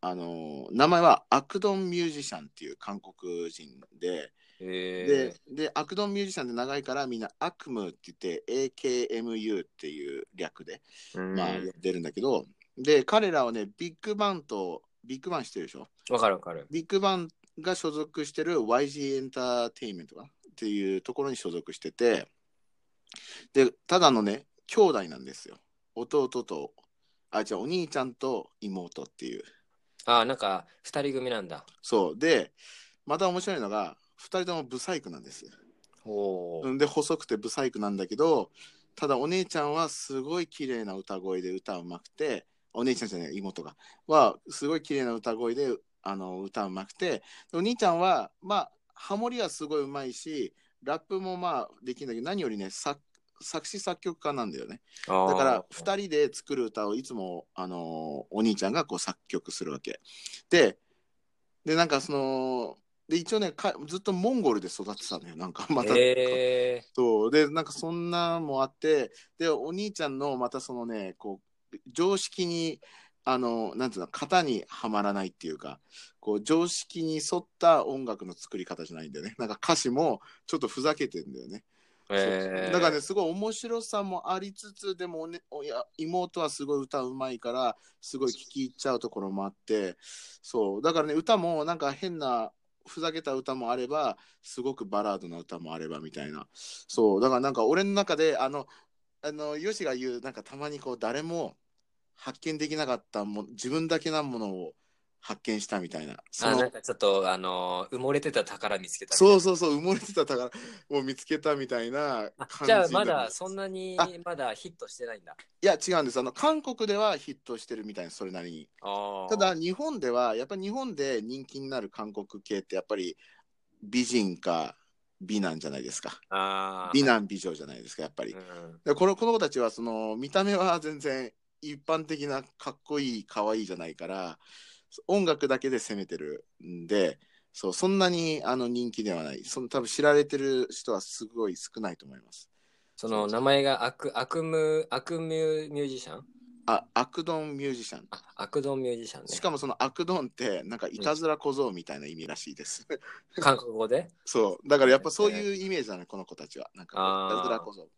あの、名前はアクドンミュージシャンっていう韓国人で、
え
でで、アクドンミュージシャンで長いからみんなアクムって言って AKMU っていう略で、
ー、うん
まあ、呼んでるんだけど、で、彼らはね、ビッグバンと、ビッグバンしてるでしょ
わかるわかる。
ビッグバンが所属してる YG エンターテインメントかなっていうところに所属してて、で、ただのね、兄弟なんですよ。弟と、あ、じゃあお兄ちゃんと妹っていう。
あー、なんか、二人組なんだ。
そう。で、また面白いのが、二人ともブサイクなんです。
お
うんで細くてブサイクなんだけどただお姉ちゃんはすごい綺麗な歌声で歌うまくてお姉ちゃんじゃない妹がはすごい綺麗な歌声であの歌うまくてでお兄ちゃんはまあハモリはすごいうまいしラップもまあできるんだけど何よりね作作詞作曲家なんだよね
お
だから2人で作る歌をいつも、あのーお兄ちゃんがこう作曲するわけででなんかそので一応ねかずっとモンゴルで育ってたのよなんかまた、
え
そうでなんかそんなんもあってでお兄ちゃんのまたそのねこう常識にあのなんていうの型にはまらないっていうかこう常識に沿った音楽の作り方じゃないんだよねなんか歌詞もちょっとふざけてんだよね、
ー、えー、
だからねすごい面白さもありつつでもお、ね、おや妹はすごい歌うまいからすごい聴き入っちゃうところもあってそうだからね歌もなんか変なふざけた歌もあればすごくバラードな歌もあればみたいなそうだからなんか俺の中であのあのヨシが言うなんかたまにこう誰も発見できなかったも自分だけなものを発見したみたいなそ
あ
の
なんかちょっと、あのー埋もれてた宝見つけたみたいな
そうそうそう埋もれてた宝を見つけたみたいな
あ
感じ
じゃあ
にな
ま
る
だそんなに
あ
まだヒットしてないんだ。
いや違うんですあの韓国ではヒットしてるみたいなそれなりに
あ
ただ日本ではやっぱり日本で人気になる韓国系ってやっぱり美人か美男じゃないですか
あー
美男美女じゃないですかやっぱり
うん
でこのこの子たちはその見た目は全然一般的なかっこいいかわいいじゃないから音楽だけで攻めてるんでそうそんなにあの人気ではないその多分知られてる人はすごい少ないと思います
その名前がアクアクムアクミュミュージシャン
あアクドンミュージシャン
あアクドンミュージシャンね。
しかもそのアクドンってなんかいたずら小僧みたいな意味らしいです、
韓国語で
そう。だからやっぱそういうイメージだね、この子たちは。なんか
あー
こう、いたずらこそ。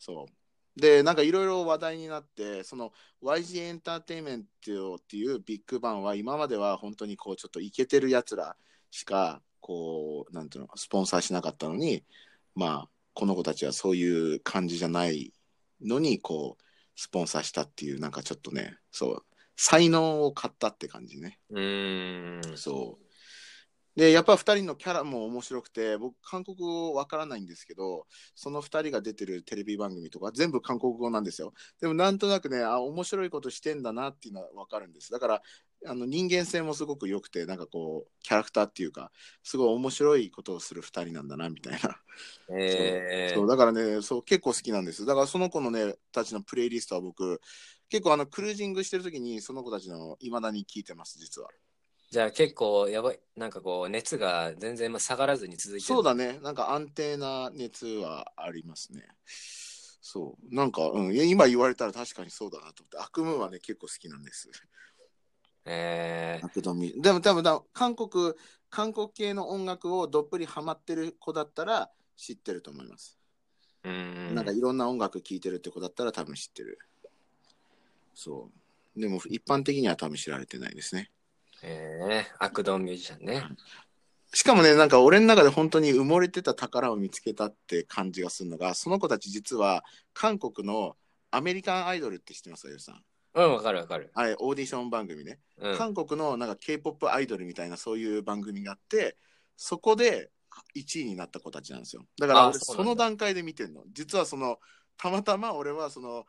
そう。で、なんかいろいろ話題になって、その YG エンターテインメントっていうビッグバンは今までは本当にこうちょっとイケてるやつらしか、こう、なんていうの、スポンサーしなかったのに、まあ、この子たちはそういう感じじゃないのに、こう、スポンサーしたっていう、なんかちょっとね、そう、才能を買ったって感じね。
うーん。
そう。で、やっぱ2人のキャラも面白くて、僕、韓国語わからないんですけど、その2人が出てるテレビ番組とか、全部韓国語なんですよ。でも、なんとなくね、あ、面白いことしてんだなっていうのはわかるんです。だから、あの人間性もすごく良くて、なんかこう、キャラクターっていうか、すごい面白いことをする2人なんだな、みたいな。
え
そうだからねそう結構好きなんですだからその子のねたちのプレイリストは僕結構あのクルージングしてる時にその子たちのいまだに聞いてます実は
じゃあ結構やばいなんかこう熱が全然まあ下がらずに続いてる
そうだね。なんか安定な熱はありますね。そう。なんか、うん、いや今言われたら確かにそうだなと思って、悪夢はね、結構好きなんです。
え
悪夢でも多分だ、韓国、韓国系の音楽をどっぷりハマってる子だったら、知ってると思います。
うん
なんかいろんな音楽聴いてるって子だったら多分知ってる。そう。でも一般的には多分知られてないですね。
ええ悪道ミュージシャンね。
しかもね、なんか俺の中で本当に埋もれてた宝を見つけたって感じがするのが、その子たち実は韓国のアメリカンアイドルって知ってますか、ヨシさん。
うん、わかるわかる。
あれ、オーディション番組ね。
うん。
韓国のなんか K-POP アイドルみたいなそういう番組があって、そこで1位になった子たちなんですよ。だか
あ
ら俺
そうなんだ
その段階で見てるの。実はその、たまたま俺はその、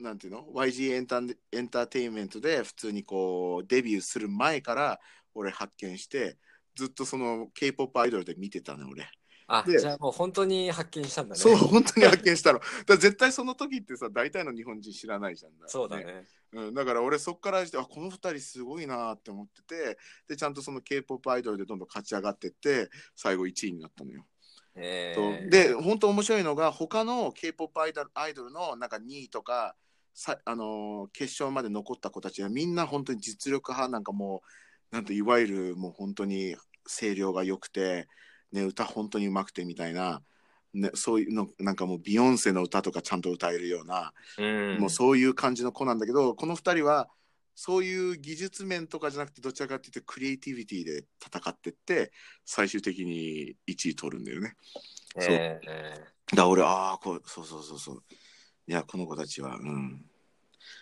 なんていうの ?YG エンタエンターテインメントで普通にこうデビューする前から俺発見して、ずっとその K-POP アイドルで見てたね、俺。
あ、
で
じゃあもう本当に発見したんだね。
そう、本当に発見したの。だから絶対その時ってさ、大体の日本人知らないじゃん。
そうだね。
うん、だから俺そっからしてあこの二人すごいなーって思っててでちゃんとその k p o p アイドルでどんどん勝ち上がってって最後1位になったのよ。
え
と
え
で本当面白いのが他の k p o p アイドルアイドルのなんか2位とかさ、あのー決勝まで残った子たちはみんな本当に実力派なんかもうなんといわゆるもう本当に声量が良くて、ね、歌本当にうまくてみたいな、ね、そういうのなんかもうビヨンセの歌とかちゃんと歌えるような。
うん。
もうそういう感じの子なんだけど、この2人はそういう技術面とかじゃなくてどちらかというとクリエイティビティで戦ってって最終的に1位取るんだよね。そう
ええ
だから俺ああこうそうそうそうそういやこの子たちはうん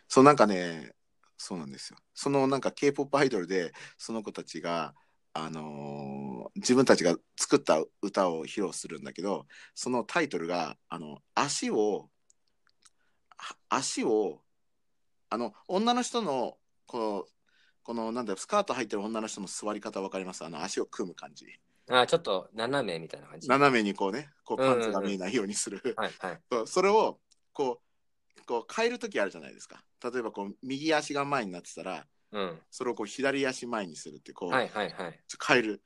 そうなんかねそうなんですよそのなんか k p o p アイドルでその子たちがあのー自分たちが作った歌を披露するんだけどそのタイトルがあの足をは足をあの女の人のこのこのなんだろうスカート履いてる女の人の座り方わかりますあの足を組む感じ
あ、ちょっと斜めみたいな感じ。
斜めにこうねこうパンツが見えないようにする、
はいはい。
そうそれをこうこう変える時あるじゃないですか例えばこう右足が前になってたら
うん。
それをこう左足前にするってこう、
はいはいはい。
変える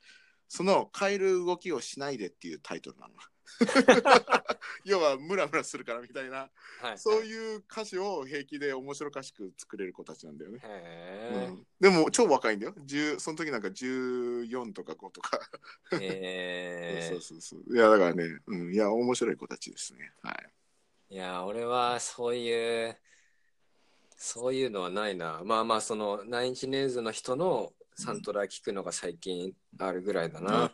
その変える動きをしないでっていうタイトル なの要はムラムラするからみたいな
はい。
そう
う。
いう歌詞を平気で面白おかしく作れる子たちなんだよね、
へ
うんでも超若いんだよ10その時なんか14とか5とか、
え。へ
そ
え
う。そうそういやだからね、うん、いや面白い子たちですねはい
いや、俺はそういう、そういうのはないな。まあまあ、その、ナインチネーズの人のサントラ聞くのが最近あるぐらいだな。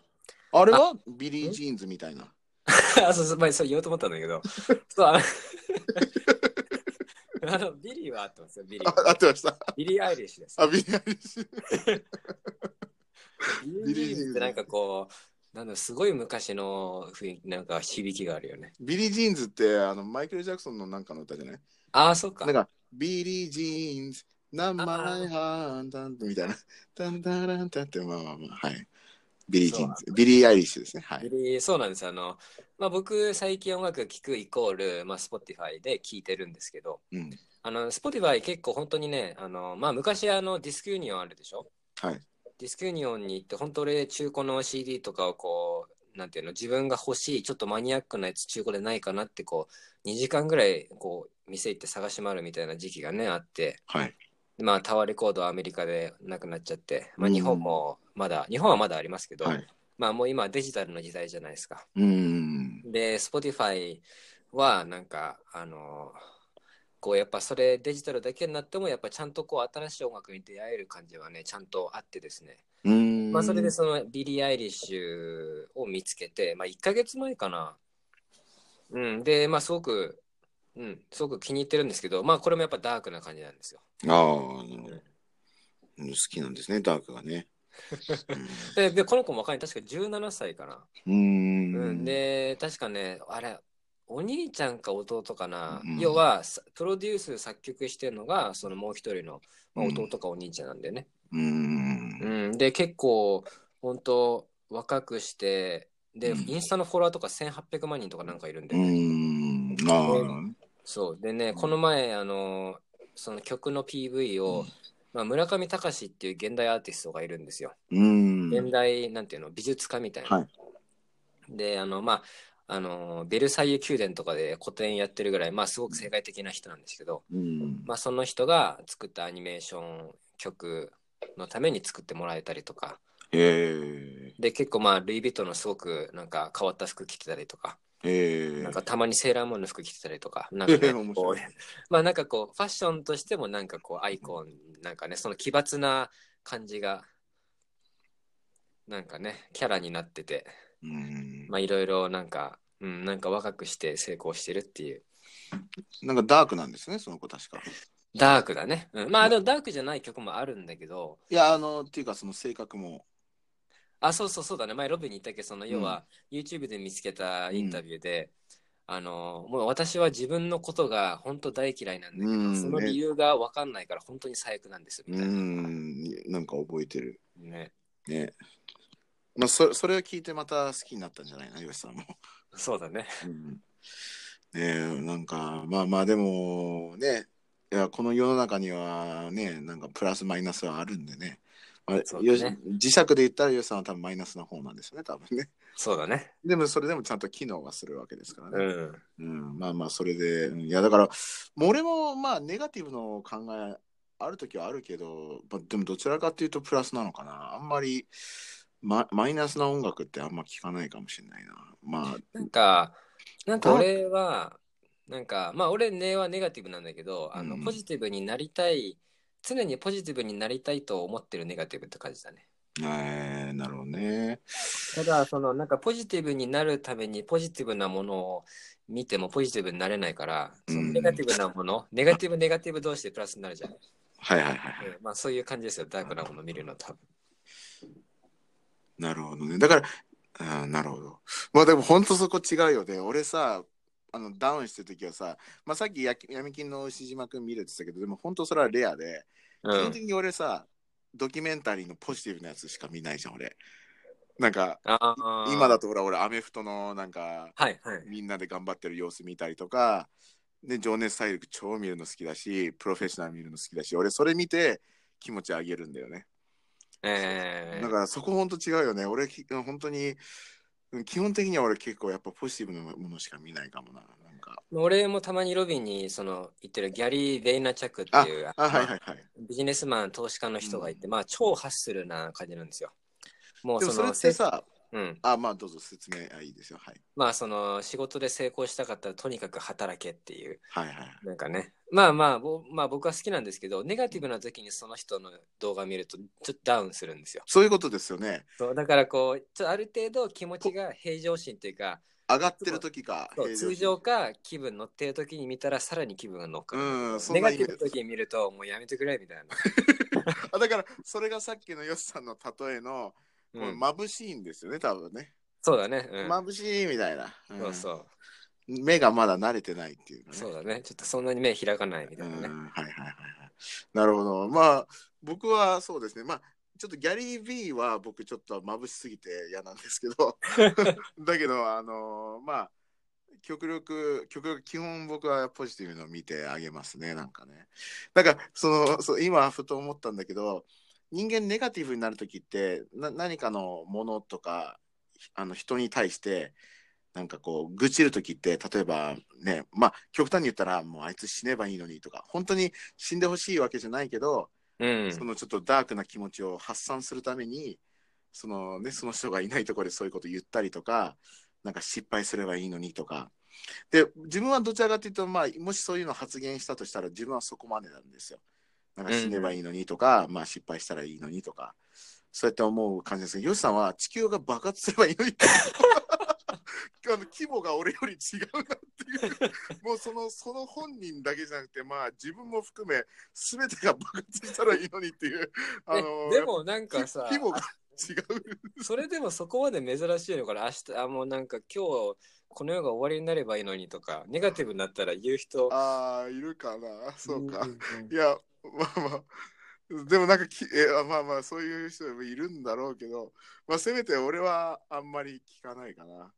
あれはビリー・ジーンズみたいな
あ、そうそう、まあ、そう言おうと思ったんだけど。そう、あの、 あのビリーはあってますよ、ビリー
あ
は。
合ってました。
ビリー・アイリッシュです。
あ、ビリーアイリッシュ。
ビリー・アイリッシュってなんかこう、なんだろうすごい昔の雰囲気、なんか響きがあるよね。
ビリージーンズって、あの、マイケル・ジャクソンのなんかの歌じゃない
ああ、そうか
なん。か、ビリージーンズ、ナンマイハンダンみたいな。ダンダランタンって、まあまあまあ、はい。ビリージーンズ。ビリー・アイリッシュですね。は
ビ
い。
リーそうなんです。あの、まあ僕、最近音楽聴くイコール、まあ Spotify で聴いてるんですけど、
うん。
あの、Spotify 結構本当にね、あの、まあ昔あのディスクユニオンあるでしょ
はい。
ディスクユニオンに行って、本当俺中古の CD とかをこう、なんていうの、自分が欲しい、ちょっとマニアックなやつ中古でないかなってこう、2時間ぐらいこう、店行って探し回るみたいな時期がね、あって、
はい。
まあタワーレコードはアメリカでなくなっちゃって、まあ
うん
日本もまだ、日本はまだありますけど、
はい。
まあもう今はデジタルの時代じゃないですか。
うーん。
で、Spotify はなんか、あのこうやっぱそれデジタルだけになってもやっぱちゃんとこう新しい音楽に出会える感じはねちゃんとあってですね、
うーん。
まあそれでそのビリー・アイリッシュを見つけてまあ1ヶ月前かなうんでまあすごくうんすごく気に入ってるんですけどまあこれもやっぱダークな感じなんですよ
ああ、なるほど。うん好きなんですね、ダークがね。
ででこの子も若い確か17歳かな
うーん。
うん、で確かねあれお兄ちゃんか弟かな、
うん
要はさプロデュース作曲してるのがそのもう一人の、まあ、
うん
弟かお兄ちゃんなんでね、
うーん。
うんで結構本当若くしてで、
うん
インスタのフォロワーとか1800万人とかなんかいるん
う
で、
ーん。あ
そうでねこの前あのその曲の PV を、
うん
まあ、村上隆っていう現代アーティストがいるんですよ、
あ。うーん。
現代なんていうの美術家みたいな。
はい
であのまああのベルサイユ宮殿とかで個展やってるぐらい、まあ、すごく世界的な人なんですけど、
うん。
まあ、その人が作ったアニメーション曲のために作ってもらえたりとか
へえ。
で、結構まあ、ルイ・ヴィトンのすごくなんか変わった服着てたりとか、
へえ。
なんかたまにセーラームーンの服着てたりとか、なんかね
面
こ
白
う
い。
まあなんかこう、ファッションとしてもなんかこう、アイコン、なんかね、その奇抜な感じが、なんかね、キャラになってて、
うん
まあいろいろなんか、うん、なんか若くして成功してるっていう。
なんかダークなんですね、その子確か。
ダークだね。うん、まあでもダークじゃない曲もあるんだけど、
いや、あの、っていうかその性格も。
あ、そうそうそうだね。前ロビーに言ったけど、その
ん
要は YouTube で見つけたインタビューで、あの、もう私は自分のことが本当大嫌いなんだけど、
うん
その理由がわかんないから本当に最悪なんですみ
う
たいな。
ん、なんか覚えてる。
ね。
ね。まあ、そそれを聞いてまた好きになったんじゃないの、吉さんも。
そうだね。
うんねえなんかまあまあでもねいやこの世の中にはねなんかプラスマイナスはあるんでね,、まあ
そうだね
よし磁石で言ったらヨシさんは多分マイナスな方なんですよね多分ね
そうだね。
でもそれでもちゃんと機能はするわけですから
う
ね、
ん。
うんまあまあそれでうんいやだからもう俺もまあネガティブの考えある時はあるけど、まあ、でもどちらかというとプラスなのかなあんまりママイナスな音楽ってあんま聞かないかもしれないなまあ
なんか、なんか俺は、なんか、まあ俺ねはネガティブなんだけど、あの、
うん
ポジティブになりたい、常にポジティブになりたいと思ってるネガティブって感じだね。
えー、なるほどね
ただそのなんかポジティブになるためにポジティブなものを見てもポジティブになれないから、
うん
そのネガティブなもの、ネガティブネガティブ同士でプラスになるじゃん。うん
はいはいはい
まあそういう感じですよ、ダークなもの見るの多分。
なるほどね。だから、あーなるほど。まあでも本当そこ違うよね。俺さ、あのダウンしてる時はさ、まあさっきやき闇金の牛島君見るって言ってたけど、でも本当それはレアで、
う
基本
ん。
的に俺さ、ドキュメンタリーのポジティブなやつしか見ないじゃん、俺。なんか、
あー
今だとほら、俺、アメフトのなんか、
はいはい。
みんなで頑張ってる様子見たりとか、で、情熱大陸超見るの好きだし、プロフェッショナル見るの好きだし、俺それ見て気持ち上げるんだよね。
え
だ
ー、
からそこ本当違うよね。俺き本当にうん基本的には俺結構やっぱポジティブなものしか見ないかもな。なんか
俺もたまにロビーにその言ってるギャリー・ベイナチャクっていう
あはい
ま
はい
あ
はい。
ビジネスマン、投資家の人がいて、まあ超ハッスルな感じなんですよ。もう
でも
そ
それ
の、
ってさ
うん。
あまあどうぞ説明あいいですよ。はい
まあその仕事で成功したかったらとにかく働けっていう
はいはい。
なんかねまあまあぼまあ僕は好きなんですけどネガティブな時にその人の動画見るとちょっとダウンするんですよ
そういうことですよね。
そうだからこうちょっとある程度気持ちが平常心というか
上がってる時か
そう
平
通
心
常か気分乗ってる時に見たらさらに気分が乗っかる、
うんそん
ネ
な
ガ
イ
ティ
メージ
ブの時に見るともうやめてくれみたい
あだからそれがさっきのよしさんの例えの、
な、うん、
まぶしいんですよね多分ね。
そうだね、うん
まぶしいみたいな、うん
そうそう
目がまだ慣れてないっていうかね。
そうだねちょっとそんなに目開かないみた
う
い
ん
な
はい
ね、
はいはいはい。なるほど。まあ、僕はそうですね。まあ、ちょっとギャリー・ビーは僕ちょっと眩しすぎて嫌なんですけど、だけど、あのまあ、極力、極力、基本僕はポジティブのを見てあげますね、なんかね。なんか、その、そう今、ふと思ったんだけど、人間ネガティブになるときってな、何かのものとか、あの人に対して、なんかこう、愚痴るときって、例えばね、まあ、極端に言ったら、もうあいつ死ねばいいのにとか、本当に死んでほしいわけじゃないけど、
うん
そのちょっとダークな気持ちを発散するために、そのね、その人がいないところでそういうこと言ったりとか、なんか失敗すればいいのにとか。で、自分はどちらかというと、まあ、もしそういうのを発言したとしたら、自分はそこまでなんですよ。なんか死ねばいいのにとか、まあ失敗したらいいのにとか、そうやって思う感じですけど、ヨシさんは地球が爆発すればいいのにって。 あの規模が俺より違うなっていう もうそのその本人だけじゃなくてまあ自分も含め全てが爆発したらいいのにっていうあ
え
の
でもなん
やっ
か
ぱ
さ
規模が違う
それでもそこまで珍しいのかな明日あもうなんか今日この世が終わりになればいいのにとかネガティブになったら言う人
ああいるかなそうか、
んんうん
いやまあまあでもなんかきえあまあまあそういう人もいるんだろうけど、まあ、せめて俺はあんまり聞かないかな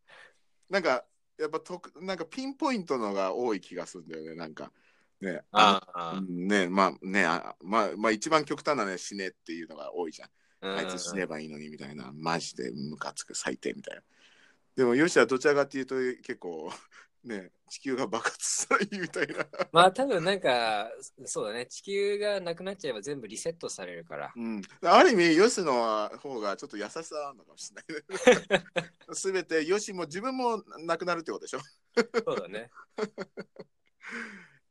なんかやっぱとなんかピンポイントのが多い気がするんだよねなんかね
ああ
う、んねまあねあまあまあ一番極端なね死ねっていうのが多いじゃん
うん
あいつ死ねばいいのにみたいな、マジでムカつく最低みたいな。でも、ヨシはどちらかっていうと、結構、ね、地球が爆発するみたいな。
まあ多分なんか、そうだね、地球がなくなっちゃえば全部リセットされるから。
うん、ある意味、ヨシの方がちょっと優しさあるのかもしれ ない。すべて、ヨシも自分もなくなるってことでしょ。
そうだ ね。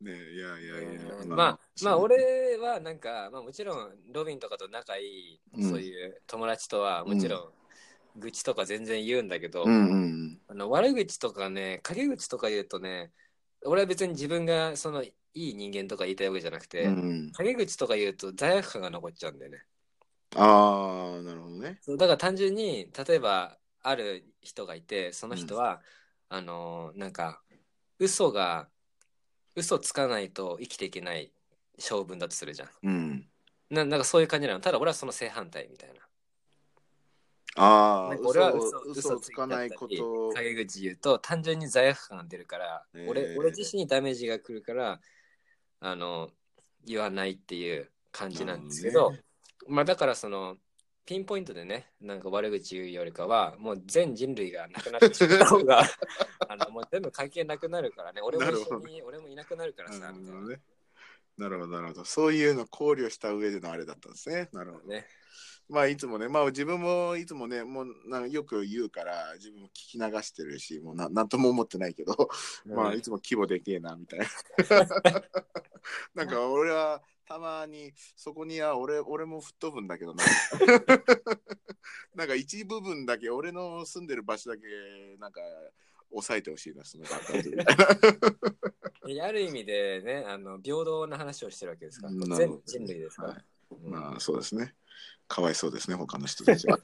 ねいやいやいや。
うんまあ、まあ、俺はなんか、まあもちろん、ロビンとかと仲いい、
うん
そういう友達とは、もちろん、愚痴とか全然言うんだけど、
うんうん
あの悪口とかね、陰口とか言うとね、俺は別に自分がそのいい人間とか言いたいわけじゃなくて、
うん。うん、
陰口とか言うと罪悪感が残っちゃうんだよね。
ああ、なるほどね。
そうだから単純に、例えばある人がいて、その人は、あのーなんか、嘘が、嘘つかないと生きていけない性分だとするじゃん。
うん。
ななんかそういう感じなの。ただ俺はその正反対みたいな。
ああ、
なんか
嘘
俺は
を
嘘
嘘をつかないこと。
陰口言うと単純に罪悪感が出るから、
えー
俺俺自身にダメージが来るからあの言わないっていう感じなんですけ
なる
ど
ほど
まあだからそのピンポイントでねなんか悪口言うよりかはもう全人類がなくなってしま った方があのもう全部関係なくなるからね俺も
なる
一
ほ
緒
ど
に俺もいなくなるから
な
さ
るほ
みたい
どね。なるほど、なるほど。そういうの考慮した上でのあれだったんですね。なるほど。
なね
まあいつもね、まあ自分もいつもね、もうなんよく言うから、自分も聞き流してるし、もうななんとも思ってないけど、まあいつも規模でけえな、み たいな。なんか俺はたまに、そこには俺俺も吹っ飛ぶんだ けどな。なんか一部分だけ、俺の住んでる場所だけ、なんか、抑えてほしいな、その感覚
うんある意味でねあの平等な話をしてるわけですから
なるほど
全人類ですから、
はい
うん
まあそうですね。かわいそうですね、他の人たち は。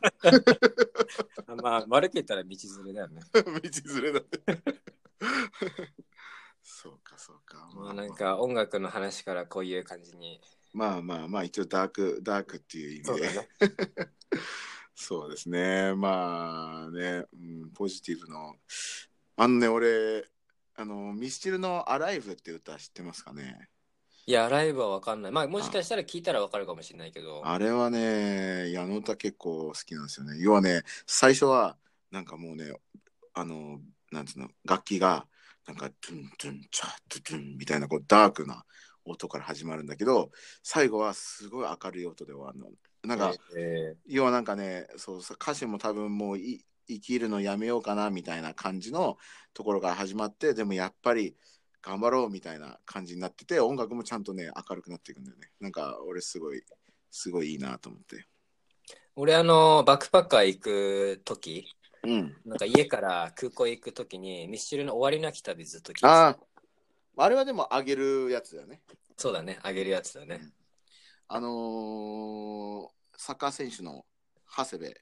まあ、悪く言ったら道連れだよね。
道連れだって。そうかそうか。
まあ、なんか音楽の話からこういう感じに。
まあまあまあ一応ダークダークっていう意味で。
ね。
そうですね。まあね、うん、ポジティブの。あのね、俺、あの、ミスチルのアライブって歌知ってますかね。
いや、ライブはわかんない。まあ、もしかしたら聞いたらわかるかもしれないけど。
あれはね、矢野歌結構好きなんですよね。要はね、最初は、なんかもうね、あの、なんつうの、楽器が、なんか、トゥントゥン、チャトゥトゥンみたいな、こう、ダークな音から始まるんだけど、最後はすごい明るい音で終わるの。なんか、
え
要はなんかねそうそう歌詞も多分もうい生きるのやめようかなみたいな感じのところから始まってでもやっぱり頑張ろうみたいな感じになってて音楽もちゃんとね明るくなっていくんだよねなんか俺すごいすごいいいなと思って
ー俺、あの、バックパッカー行くとき、
うん
なんか家から空港行くときに、ミスチルの終わりなき旅ずっと聞いてた
あああれはでもあげるやつだよね
そうだね、あげるやつだね。
あのーサッカー選手の長谷部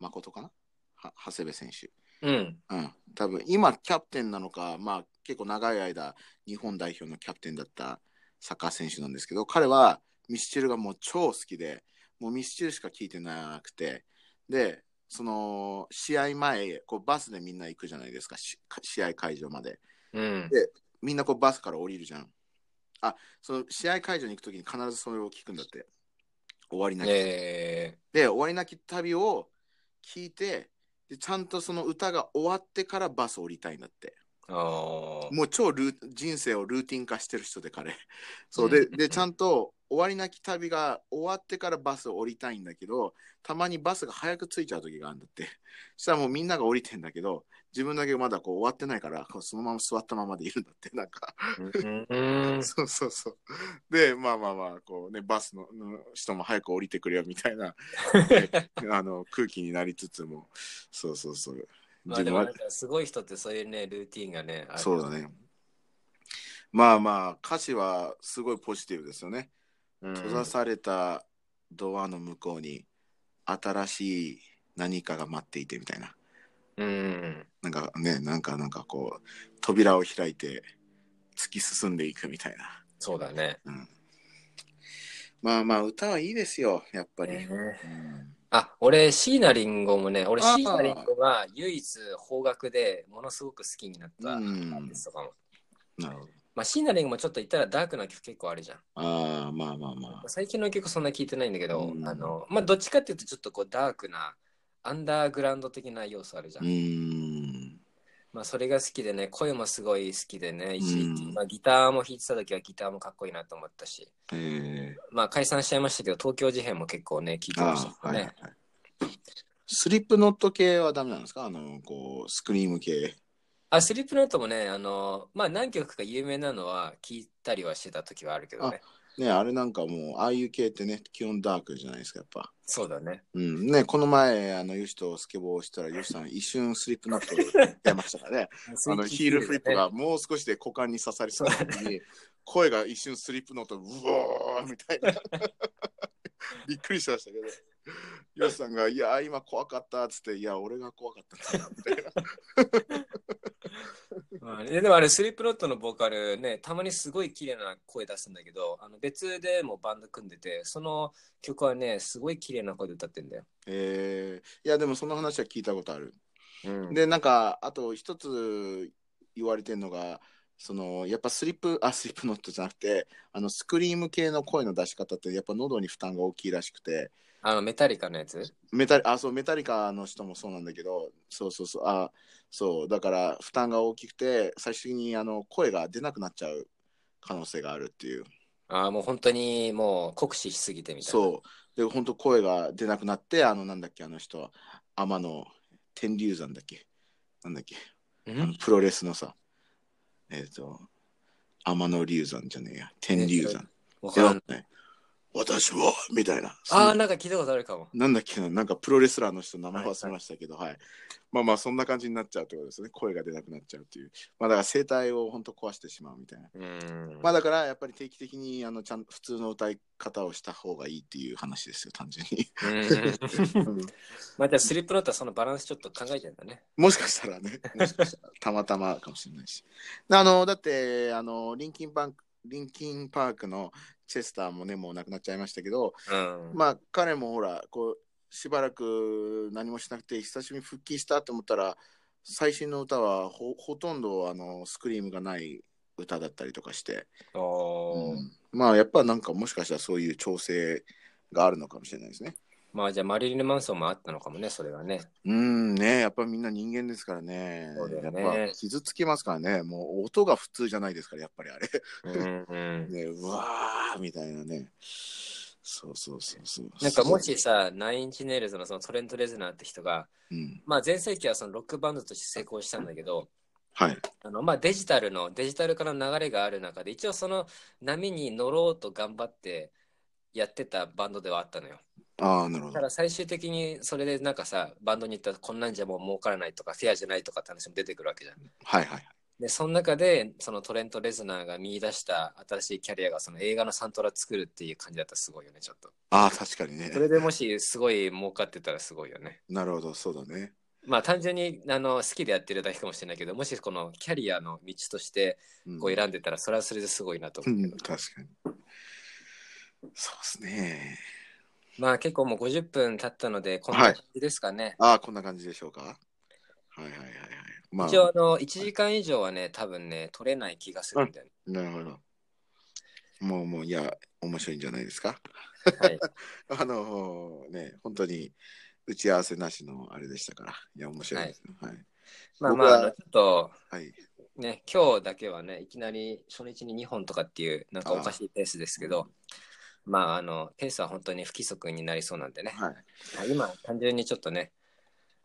誠かなは長谷部選手
うん。
うん、多分今キャプテンなのか、まあ、結構長い間日本代表のキャプテンだったサッカー選手なんですけど彼はミスチルがもう超好きでもうミスチルしか聞いてなくてでその試合前こうバスでみんな行くじゃないですかし試合会場まで
うん。
みんなこうバスから降りるじゃんあその試合会場に行く時に必ずそれを聞くんだって終わりなき
え
で終わりなき旅を聞いてでちゃんとその歌が終わってからバス降りたいんだって
ー、あー
もう超ルー人生をルーティン化してる人 で彼そうで
うん
でちゃんと終わりなき旅が終わってからバスを降りたいんだけどたまにバスが早く着いちゃう時があるんだって そしたらもうみんなが降りてんだけど自分だけまだこう終わってないからこうそのまま座ったままでいるんだって なんか
うんうん。
そうそうそう。で、まあまあまあ、こうね、バスのうん人も早く降りてくれよみた いな、ねあの空気になりつつも、そうそうそう。
まあ、でもなんかすごい人ってそういうね、ルーティンがね、ある
そうだね。まあまあ、歌詞はすごいポジティブですよね。
うん
閉ざされたドアの向こうに、新しい何かが待っていてみたいな。
うん。
なんかね、なんかなんかこう、扉を開いて、突き進んでいくみたいな。
そうだね。
まあまあ、歌はいいですよ、やっぱり。
ね
うん
あ、俺、椎名林檎もね、俺、
あー
椎名林檎が唯一邦楽でものすごく好きになったアーティストかも。
なるほど。
まあ、椎名林檎もちょっと言ったらダークな曲結構あるじゃん。
ああ、まあまあまあ。
最近の曲そんな聞いてないんだけど、
うん
あの、まあ、どっちかっていうとちょっとこうダークな、アンダーグラウンド的な要素あるじゃ。
うんーん。
まあ、それが好きでね、声もすごい好きでね、一時期
うん
まあ、ギターも弾いてた時はギターもかっこいいなと思ったし、
え
まあ、解散しちゃいましたけど、東京事変も結構ね、聴いてました
あ
け
あ、
ど
はい
ね。
はいはい。スリップノット系はダメなんですかあの、こう、スクリーム系。
あ、スリップノートもね、あの、まあ、何曲か有名なのは聞いたりはしてた時はあるけどね。
ね、あれなんかもう、ああいう系ってね、基本ダークじゃないですか、やっぱ。
そうだね。
うん。ね、この前、あの、ヨシとスケボーをしたら、ヨシさん一瞬スリップノットやってましたからね。 あの、ヒールフリップがもう少しで股間に刺さりそうな時 に、声が一瞬スリップノット、うおーみたいな。 びっくりしましたけど。ヨシさんが、いや、今怖かったっつって、いや、俺が怖かったんだみたいな。
まあねでもあれ、スリップノットのボーカルね、たまにすごい綺麗な声出すんだけど、あの別でもバンド組んでて、その曲はね、すごい綺麗な声で歌ってんだよ。
えー、いやでもその話は聞いたことある。
うん
でなんかあと一つ言われてるのがそのやっぱスリップあスリップノットじゃなくてあのスクリーム系の声の出し方ってやっぱ喉に負担が大きいらしくて
あの、メタリカのやつ
メタリあそうメタリカの人もそうなんだけどそうそうそうあそうだから負担が大きくて最終的にあの声が出なくなっちゃう可能性があるっていう
ああ、もう本当にもう酷使しすぎてみたいな。
そうで本当声が出なくなってあのなんだっけあの人は天野天竜山だっけなんだっけ
う
あの
ん。
プロレスのさ、えっ、と、天野龍山じゃねえや、天龍山。
わから
や
ん
ね、私は、みたいな。
ああ、
な
なんか聞いたことあるかも。
なんだっけな、なんかプロレスラーの人、名前忘れましたけど、はい、まあまあ、そんな感じになっちゃうってことですね。声が出なくなっちゃうっていう。まあだから声帯を本当壊してしまうみたいな。
うん。
まあだから、やっぱり定期的に、あの、ちゃん普通の歌い方をした方がいいっていう話ですよ、単純 に。
うん
うん
まあ、じゃあスリップノットはそのバランスちょっと考えちゃうんだね。
もしかしたらね、もしかしたらたまたまかもしれないし。あの、だって、あの、リンキンパンク、リンキンパークのチェスターもね、もう亡くなっちゃいましたけど、
うん。
まあ、彼もほら、こう、しばらく何もしなくて、久しぶりに復帰したと思ったら、最新の歌はほほとんどあのスクリームがない歌だったりとかして、
おー
うんまあやっぱなんかもしかしたらそういう調整があるのかもしれないですね。
まあじゃあマリリン・マンソンもあったのかもね、それはね。
うんね、やっぱみんな人間ですからね。
そうだよね
やっぱ傷つきますからね。もう音が普通じゃないですから、やっぱりあ れ。
うんうん
ね、うわーみたいなね。そうそうそうそう。
なんかもしさ、ナインチネイルズのそのトレント・レズナーって人が、
うん。
まあ前世紀はそのロックバンドとして成功したんだけど、
はい。
あのまあデジタルの、デジタル化の流れがある中で、一応その波に乗ろうと頑張ってやってたバンドではあったのよ。
ああ、なるほ
た
ど。
だ最終的にそれでなんかさ、バンドに行ったらこんなんじゃもう儲からないとか、フェアじゃないとかって話も出てくるわけじゃん。
はいはい。
で、その中で、そのトレント・レズナーが見出した新しいキャリアが、その映画のサントラ作るっていう感じだったらすごいよね、ちょっと。
ああ、確かにね
そ。れでもし、すごい儲かってたらすごいよね。
なるほど、そうだね。
まあ単純にあの好きでやってるだけかもしれないけど、もしこのキャリアの道として
うん、
こう選んでたら、それはそれですごいなと
う
思うけ
ん、
ど。
確かに。そうですね。
まあ結構もう50分経ったので、こん
は
ない感じですかね。
ああ、こんな感じでしょうか。はいはいはいはい。まあ
一、応あの1時間以上はね、多分ね、取れない気がするんだよね。
なるほど。もうもう、いや、面白いんじゃないですか。
はい。
あのね、本当に打ち合わせなしのあれでしたから、いや、面白いですね。はい。
まあ
僕
ま
は
あ、あのちょっと
はい。
ね、今日だけはね、いきなり初日に2本とかっていう、なんかおかしいペースですけど、まああの、ペースは本当に不規則になりそうなんでね。
はい。
まあ今、単純にちょっとね、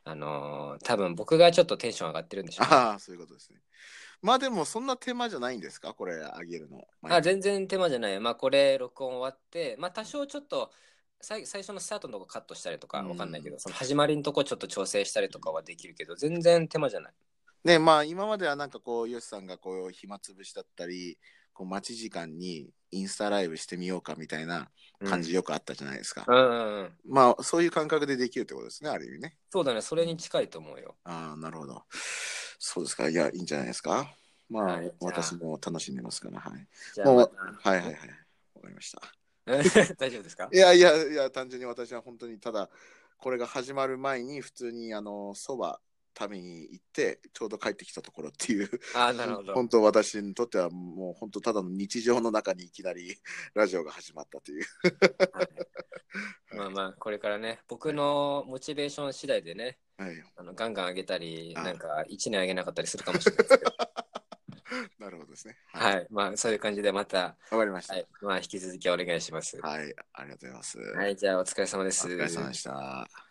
あのー多分僕がちょっとテンション上がってるんでしょうね、
ああ、そういうことですね。まあでも、そんな手間じゃないんですか、これ、あげるの。
あ全然手間じゃない。まあ、これ、録音終わって、まあ、多少ちょっと、最最初のスタートのとこカットしたりとか、
うん
わかんないけど、その始まりのとこちょっと調整したりとかはできるけど、全然手間じゃない。
ねまあ今まではなんかこうヨシさんがこう暇つぶしだったりこう待ち時間にインスタライブしてみようかみたいな感じよくあったじゃないですか、
うん。うんうんうん。
まあそういう感覚でできるってことですねある意味ね
そうだね、それに近いと思うよ。
ああなるほどそうですかいやいいんじゃないですかまあ、
はいじゃあ
私も楽しんでますからはい
じゃあ、
もう
ま
はいはいはいわかりました
た 大丈夫ですか
いやいやいや単純に私は本当にただこれが始まる前に普通にあのそば食べに行ってちょうど帰ってきたところっていう
あーなるほど。
本当私にとってはもう本当た だの日常の中にいきなりラジオが始まったという。
はいまあまあ、これからね、僕のモチベーション次第でね、
はい、
あのガンガン上げたり、
ああ
なんか1年上げなかったりするかもしれないですけど、
なるほどですね。。
はいい、まあ、そういう感じでまた、
わかりました。
は
はい
い、まあ、引き続きお願いします。
はい、ありがとうございます。
はい、じゃあお疲れ様で
お
す。
疲れ様でした。